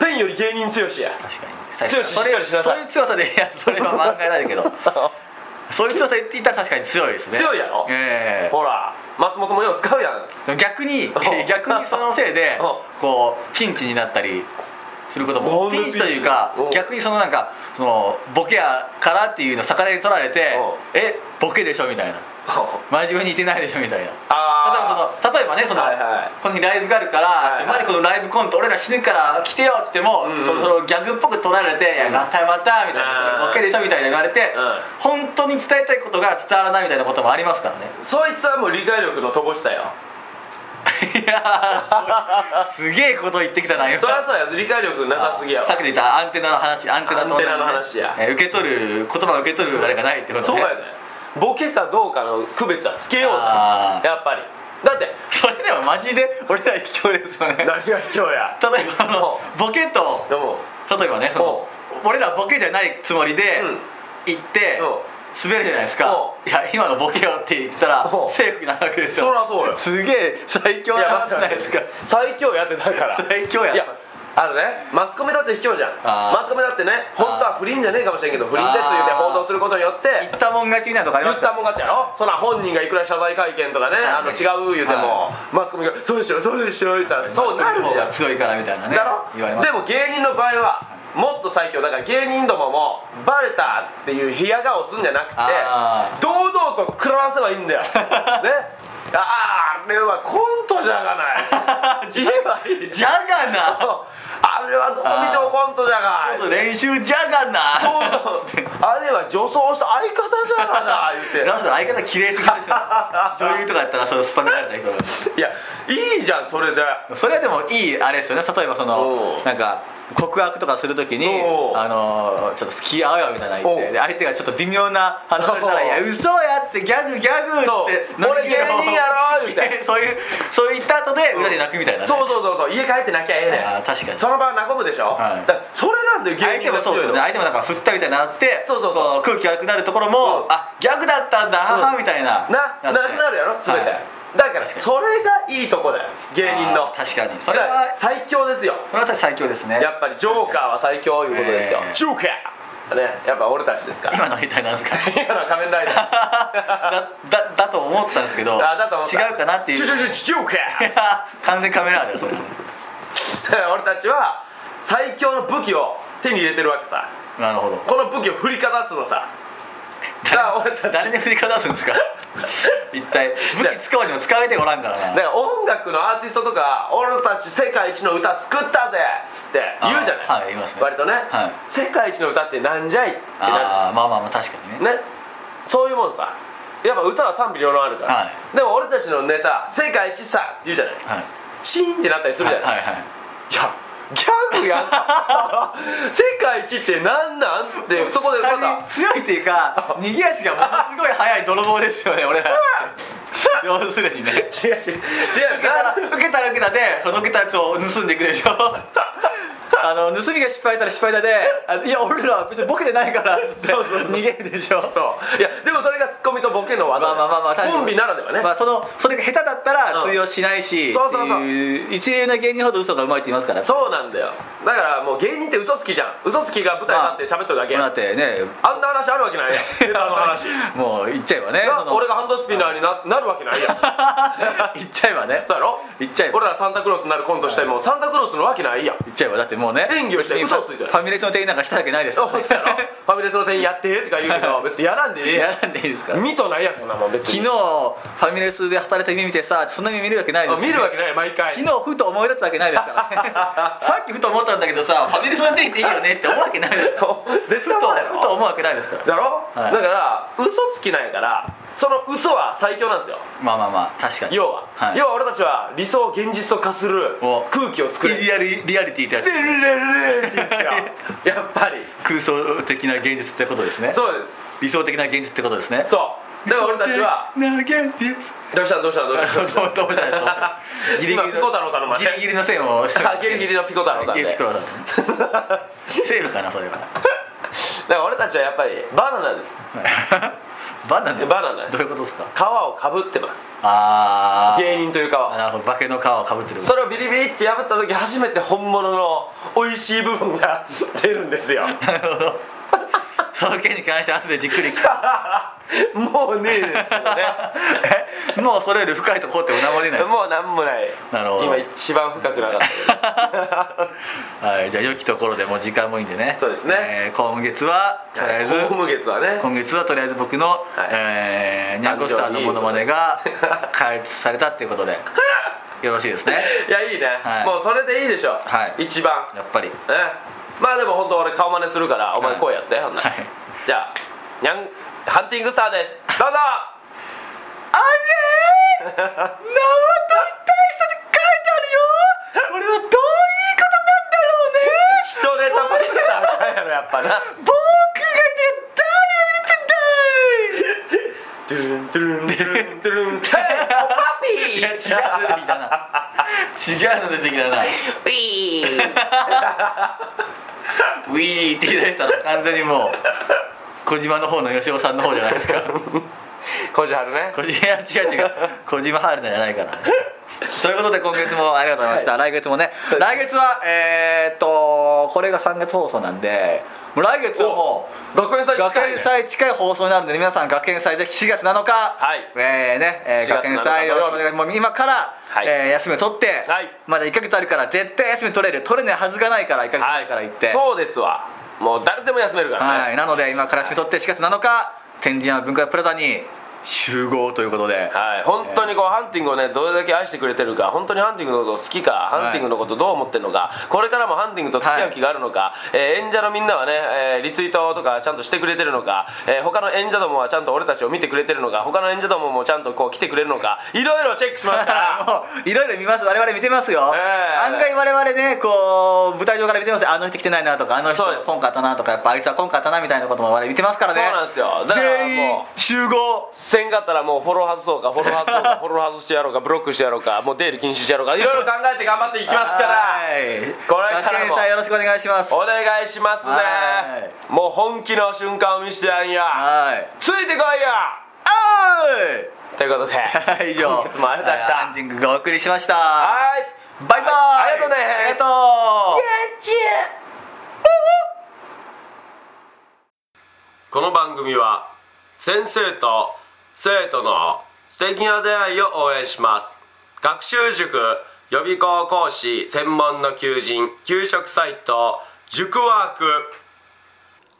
Speaker 1: ペンンより芸人強し や
Speaker 2: 確かに最
Speaker 1: 強ししっかりしなさい
Speaker 2: そういう強さでいやそれは漫画ないけど そういう強さ言っていたら確かに強いですね
Speaker 1: 強いやろ
Speaker 2: ええ
Speaker 1: ほら松本もよう使うやん
Speaker 2: でも逆に逆にそのせいで
Speaker 1: う
Speaker 2: こうピンチになったりすること
Speaker 1: なん
Speaker 2: もピ
Speaker 1: で
Speaker 2: ンチというか
Speaker 1: ピンチうん
Speaker 2: 逆にそのなんかそのボケやからっていうのを逆手に取られて
Speaker 1: う
Speaker 2: えボケでしょみたいな真面目にいてないでしょみたいな
Speaker 1: あ
Speaker 2: 例えばその例えばねその、
Speaker 1: はいはい
Speaker 2: ここにライブがあるから、
Speaker 1: いはい
Speaker 2: マジこのライブコント俺ら死ぬから来てよって言っても、
Speaker 1: うん
Speaker 2: そのそのギャグっぽく取られて「いやまたまた」みたいな
Speaker 1: うん
Speaker 2: 「それボケでしょ」みたいな言われて、
Speaker 1: う
Speaker 2: 本当に伝えたいことが伝わらないみたいなこともありますからね
Speaker 1: そいつはもう理解力の乏しさよ
Speaker 2: いやーすげえこと言ってきたな今
Speaker 1: そりゃそうや理解力なさすぎやわ
Speaker 2: さっきで言ったアンテナの話アンテナと同じね
Speaker 1: アンテナの話や
Speaker 2: えー受け取る言葉を受け取るあれがないってことね
Speaker 1: そうやねボケかどうかの区別はつけよう
Speaker 2: あー
Speaker 1: ぜやっぱりだって
Speaker 2: それでもマジで俺ら卑怯ですよね例えば
Speaker 1: 何が卑怯や
Speaker 2: あのボケと
Speaker 1: でも
Speaker 2: 例えばねその俺らボケじゃないつもりで
Speaker 1: うん
Speaker 2: 行って
Speaker 1: う
Speaker 2: 滑るじゃないですか
Speaker 1: う
Speaker 2: いや今のボケよって言ったら
Speaker 1: うん
Speaker 2: セーフになるわけです
Speaker 1: そ
Speaker 2: よ
Speaker 1: らそうよ
Speaker 2: すげえ最強な話じゃないですか
Speaker 1: いや待って待って最強やってたから
Speaker 2: 最強や
Speaker 1: いやあのねマスコミだって卑怯じゃん
Speaker 2: あー
Speaker 1: マスコミだってね本当は不倫じゃねえかもしれんけど不倫ですよって報道することによって
Speaker 2: 言ったもん勝ちみたいなとこあり
Speaker 1: 言
Speaker 2: ま
Speaker 1: っ
Speaker 2: す
Speaker 1: たもん勝ちやろそら本人がいくら謝罪会見とかねあの
Speaker 2: 確かに
Speaker 1: 違う言うても、マスコミが「そうでしょそうでしょ」言ったらそうなるじゃん
Speaker 2: 強いからみたいなね
Speaker 1: だろ
Speaker 2: 言われます
Speaker 1: でも芸人の場合はもっと最強だから芸人どももバレたっていう冷や顔するんじゃなくて
Speaker 2: あー
Speaker 1: 堂々と食らわせばいいん だよねあーあれはコントじゃがない言えばいい
Speaker 2: じゃがな
Speaker 1: あれはどう見てもコントじゃがい
Speaker 2: ちょっと練習じゃがな
Speaker 1: そう そうあれは女装した相方じゃがな言って
Speaker 2: ラスト相方綺麗すぎですよ女優とかやったらそのスパネられた人が
Speaker 1: いやいいじゃんそれで
Speaker 2: それはでもいいあれですよね例えばそ
Speaker 1: お
Speaker 2: の
Speaker 1: う
Speaker 2: なんか告白とかするときに
Speaker 1: おう
Speaker 2: あのーちょっと付き合うよみたいな言っ
Speaker 1: お
Speaker 2: て
Speaker 1: う
Speaker 2: で相手がちょっと微妙な反応されたら「
Speaker 1: おう
Speaker 2: いや嘘や」ってギャグギャグっつ
Speaker 1: そう
Speaker 2: って
Speaker 1: 俺芸人やろみたいな
Speaker 2: そういうそう言った後で裏で泣くみたいなね
Speaker 1: そうそうそうそう家帰って泣きゃええね
Speaker 2: あー
Speaker 1: ん
Speaker 2: 確かに
Speaker 1: その場は和むでしょ、
Speaker 2: はい
Speaker 1: だからそれなんだよ
Speaker 2: 相
Speaker 1: 芸
Speaker 2: 手
Speaker 1: 人
Speaker 2: も
Speaker 1: が
Speaker 2: そう
Speaker 1: 強いの
Speaker 2: ですよね相手もなんか振ったみたいになって
Speaker 1: そうそうそう
Speaker 2: こ空気悪くなるところも、
Speaker 1: うん
Speaker 2: あギャグだったんだ、
Speaker 1: うん
Speaker 2: みたいな
Speaker 1: なな
Speaker 2: って
Speaker 1: くなるやろ全て、
Speaker 2: はい
Speaker 1: だからそれがいいとこだよ芸人の
Speaker 2: あー確かに
Speaker 1: だ
Speaker 2: それ
Speaker 1: か
Speaker 2: は
Speaker 1: ら最強ですよ
Speaker 2: それは私最強ですね
Speaker 1: やっぱりジョーカーは最強いうことですよ、
Speaker 2: えー
Speaker 1: ジョーカーねやっぱ俺たちですから
Speaker 2: 今のみたいなんですか
Speaker 1: 今のは仮面ライダーです
Speaker 2: だだだと思ったんですけど
Speaker 1: あだと思った
Speaker 2: 違うかなっていう
Speaker 1: ちょちょちょジョーカ
Speaker 2: いや 完全カメラだよそれ
Speaker 1: ー俺たちは最強の武器を手に入れてるわけさ
Speaker 2: なるほど
Speaker 1: この武器を振りかざすのさだから俺たち
Speaker 2: 誰に振りかざす んですか一体武器使うにも使えておらんから
Speaker 1: だか
Speaker 2: な
Speaker 1: ら音楽のアーティストとか「俺たち世界一の歌作ったぜ!」っつって言うじゃない
Speaker 2: あーはい言いますね
Speaker 1: 割とね、
Speaker 2: はい
Speaker 1: 世界一の歌ってなんじゃいってなる
Speaker 2: あーまあまあまあ確かにね
Speaker 1: じゃんねそういうもんさやっぱ歌は賛否両論あるから、
Speaker 2: は
Speaker 1: でも俺たちのネタ「世界一さ」って言うじゃない、
Speaker 2: はい
Speaker 1: シーンってなったりする
Speaker 2: は
Speaker 1: じ
Speaker 2: い
Speaker 1: ゃない、、
Speaker 2: はいいはい
Speaker 1: やギャグやん 世界一ってなんなんってそこで また
Speaker 2: 単に強いっていうか逃げ足がものすごい速い泥棒ですよね俺ら 要するにね受
Speaker 1: 違う違う違う
Speaker 2: けたら
Speaker 1: な
Speaker 2: 受けたら受けたでその受けたやつを盗んでいく でしょあの盗みが失敗したら失敗だであのいや俺らは別にボケてないからっつって
Speaker 1: そうそうそう
Speaker 2: 逃げるでしょ
Speaker 1: そういやでもそれがツッコミとボケの技
Speaker 2: まあまあまあまあ確かに
Speaker 1: コンビならではね、
Speaker 2: まあ、そのそれが下手だったら
Speaker 1: うん
Speaker 2: 通用しないし、
Speaker 1: そうそうそう
Speaker 2: っていう一流な芸人ほど嘘がうまいって言いますから
Speaker 1: そうなんだよだからもう芸人って嘘つきじゃん嘘つきが舞台に立って喋っとるだけやん
Speaker 2: だってね
Speaker 1: あんな話あるわけないやんネタの 話
Speaker 2: もう言っちゃえばねそ
Speaker 1: な
Speaker 2: の
Speaker 1: 俺 がハンドスピナーにななるわけないやん
Speaker 2: 言っちゃえばね
Speaker 1: そうやろ
Speaker 2: 言っちゃえば
Speaker 1: 俺らサンタクロースになるコントしてもサンタクロースのわけないやん
Speaker 2: 言っちゃえばだってもうね
Speaker 1: 演技をして嘘をついてる
Speaker 2: ファミレスの店員なんかしたわけないです
Speaker 1: そう
Speaker 2: からね
Speaker 1: やろファミレスの店員やってとか言うけど別にやらんでええやん
Speaker 2: やら んでいいですから
Speaker 1: 見とないやんそんなもん別
Speaker 2: 昨日
Speaker 1: に
Speaker 2: ファミレスで働いた夢見てさそんな夢見るわけないです
Speaker 1: あ
Speaker 2: よ
Speaker 1: 見るわけないやん毎回
Speaker 2: 昨日ふと思い出すわけないですからね さっきふと思ったんだけどさファミレスの店員っていいよねって思うわけないですから
Speaker 1: 絶
Speaker 2: ふ
Speaker 1: 対
Speaker 2: と
Speaker 1: 思うやろ
Speaker 2: ふと思うわけないですから
Speaker 1: だろ、
Speaker 2: はい
Speaker 1: だから嘘つきなんやからその嘘は最強なんですよ
Speaker 2: まあまあまあ確かに
Speaker 1: 要は、
Speaker 2: はい
Speaker 1: 要は俺たちは理想を現実と化する
Speaker 2: お
Speaker 1: 空気を作れ
Speaker 2: リアルリアリティってやつ
Speaker 1: レレレレって言うんですよやっぱり
Speaker 2: 空想的な現実ってことですね
Speaker 1: そうです
Speaker 2: 理想的な現実ってことですね
Speaker 1: そうだから俺たち は
Speaker 2: な現実
Speaker 1: どうしたどうしたどうした
Speaker 2: どうどうどうしたどうした ギリギリ
Speaker 1: 今ピコ太郎さんの前
Speaker 2: ギリギリの線を
Speaker 1: あギリギリのピコ太郎さん
Speaker 2: ギリ
Speaker 1: で
Speaker 2: ピコ太郎さんセーフかなそれは
Speaker 1: から俺たちはやっぱりバナナです
Speaker 2: バナナ
Speaker 1: バナナです
Speaker 2: どういうことですか
Speaker 1: 皮をかぶってます
Speaker 2: あー
Speaker 1: 芸人という皮
Speaker 2: あ
Speaker 1: を
Speaker 2: なるほど化けの皮をかぶってる
Speaker 1: それをビリビリって破った時初めて本物の美味しい部分が出るんです よ
Speaker 2: なるほどその件に関して後でじっくり 聞く
Speaker 1: もうねえです けどね
Speaker 2: えもうそれより深いところって何も出な いです
Speaker 1: もうなんもない
Speaker 2: なるほど
Speaker 1: 今一番深くなかった
Speaker 2: はい、じゃあ良きところでもう時間もいいんでね
Speaker 1: そうですね
Speaker 2: えー今月はとりあえず、
Speaker 1: はいホーム月はね
Speaker 2: 今月はとりあえず僕の、
Speaker 1: い
Speaker 2: えーニャンコスターのモノマネが開発されたっていうことでよろしいですね
Speaker 1: いやいいね、
Speaker 2: はい
Speaker 1: もうそれでいいでしょ、
Speaker 2: はい
Speaker 1: 一番
Speaker 2: やっぱり
Speaker 1: ねまあでも本当俺顔真似するからお前声やって、ほんなら、
Speaker 2: はい
Speaker 1: じゃあにゃんハンティングスターですどうぞ
Speaker 2: あれー縄跳び大佐って書いてあるよこれはどういうことなんだろうね
Speaker 1: 一ネタパリじゃあかんやろやっぱな
Speaker 2: 僕が絶対やりたい
Speaker 1: トゥル ントゥルントゥルントゥルントゥルン
Speaker 2: いや違うの出てきたな違うの出てきたなウィーウィーって言い出したの完全にもう小島の方の吉尾さんの方じゃないですか
Speaker 1: こじはるね
Speaker 2: 小島いや違う違う小島春菜じゃないからということで今月もありがとうございました、来月もね来月はえー、っとこれが3月放送なんでもう来月はもう
Speaker 1: 学園祭近いね
Speaker 2: 学園祭近い放送になるんで、皆さん学園祭ぜひ4月7日、
Speaker 1: い
Speaker 2: えーね、え
Speaker 1: 4
Speaker 2: ー
Speaker 1: 月7日
Speaker 2: 学園祭よろしくお願いもう今から、
Speaker 1: はい
Speaker 2: えー休みを取って、
Speaker 1: はい
Speaker 2: まだ1ヶ月あるから絶対休み取れる取れないはずがないから1ヶ月前から行って、
Speaker 1: そうですわもう誰でも休めるからね、
Speaker 2: はい、なので今から締め取って4月7日天神山文化プラザに集合ということで、
Speaker 1: はい、本当にこう、ハンティングをねどれだけ愛してくれてるか本当にハンティングのことを好きか、
Speaker 2: い
Speaker 1: ハンティングのことどう思ってるのかこれからもハンティングと付き合う気があるのか、えー演者のみんなはね、えーリツイートとかちゃんとしてくれてるのか、えー他の演者どもはちゃんと俺たちを見てくれてるのか他の演者どももちゃんとこう来てくれるのかいろいろチェックしますから
Speaker 2: もういろいろ見ます我々見てますよ、
Speaker 1: ええ
Speaker 2: 案外我々ねこう舞台上から見てますよあの人来てないなとかあの人
Speaker 1: そうです
Speaker 2: コンカったなとかやっぱあいつはコンカったなみたいなことも我々見てますからね
Speaker 1: そうなんですよだからもう
Speaker 2: 全員集合
Speaker 1: せんかったらもうフォロー外そうかフォロー外そう かフォロー外してやろうかブロックしてやろうかもう出入り禁止してやろうかいろいろ考えて頑張っていきますから
Speaker 2: はい
Speaker 1: これからも
Speaker 2: 学園祭よろしくお願いします
Speaker 1: お願いしますね
Speaker 2: は
Speaker 1: もう本気の瞬間を見せてやんよ
Speaker 2: はい
Speaker 1: ついてこいよ
Speaker 2: おーい
Speaker 1: ということ で
Speaker 2: はい以上
Speaker 1: 今月もありがとうございました
Speaker 2: はいハンティングがお送りしました
Speaker 1: はい
Speaker 2: バイバイ
Speaker 1: ありがとうね
Speaker 2: ありがとう
Speaker 1: この番組は先生と生徒の素敵な出会いを応援します学習塾予備校講師専門の求人給食サイト塾ワーク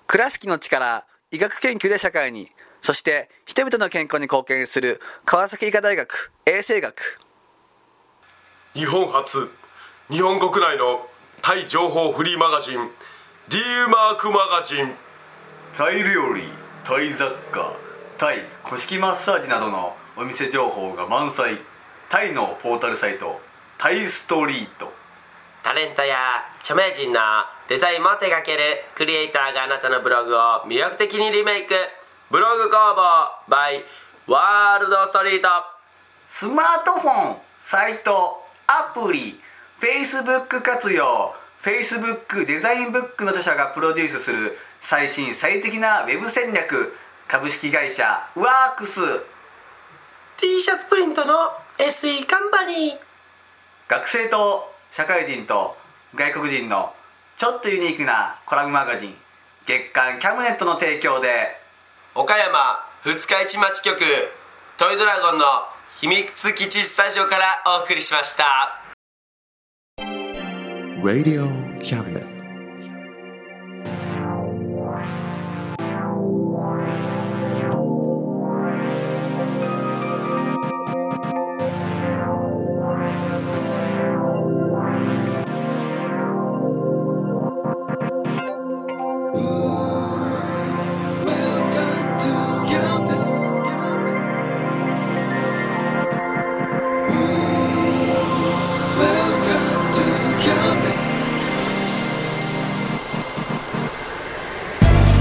Speaker 3: 倉敷の力医学研究で社会にそして人々の健康に貢献する川崎医科大学衛生学
Speaker 1: 日本初日本国内のタイ情報フリーマガジン D マークマガジン
Speaker 4: タイ料理タイ雑貨タイ古式マッサージなどのお店情報が満載タイのポータルサイトタイストリート
Speaker 1: タレントや著名人のデザインも手掛けるクリエイターがあなたのブログを魅力的にリメイクブログ工房 by ワールドストリート
Speaker 4: スマートフォンサイトアプリ Facebook 活用 Facebook デザインブックの著者がプロデュースする最新最適なウェブ戦略株式会社ワークス
Speaker 1: T シャツプリントの SE カンパニー
Speaker 4: 学生と社会人と外国人のちょっとユニークなコラムマガジン月刊キャムネットの提供で
Speaker 1: 岡山二日市町局トイドラゴンの秘密基地スタジオからお送りしました
Speaker 5: Radio Cabinet.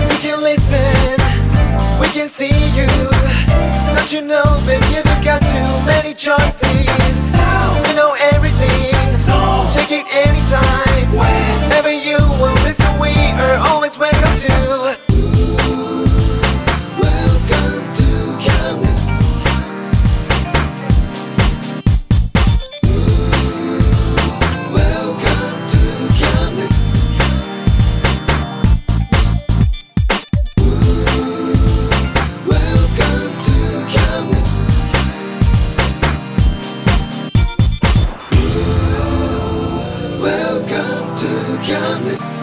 Speaker 6: We can listen, we can see you. Don't you know, baby, you've got too many choices. Now we know everything, so check it anytime. Whenever you will listen, we are always welcome to. to come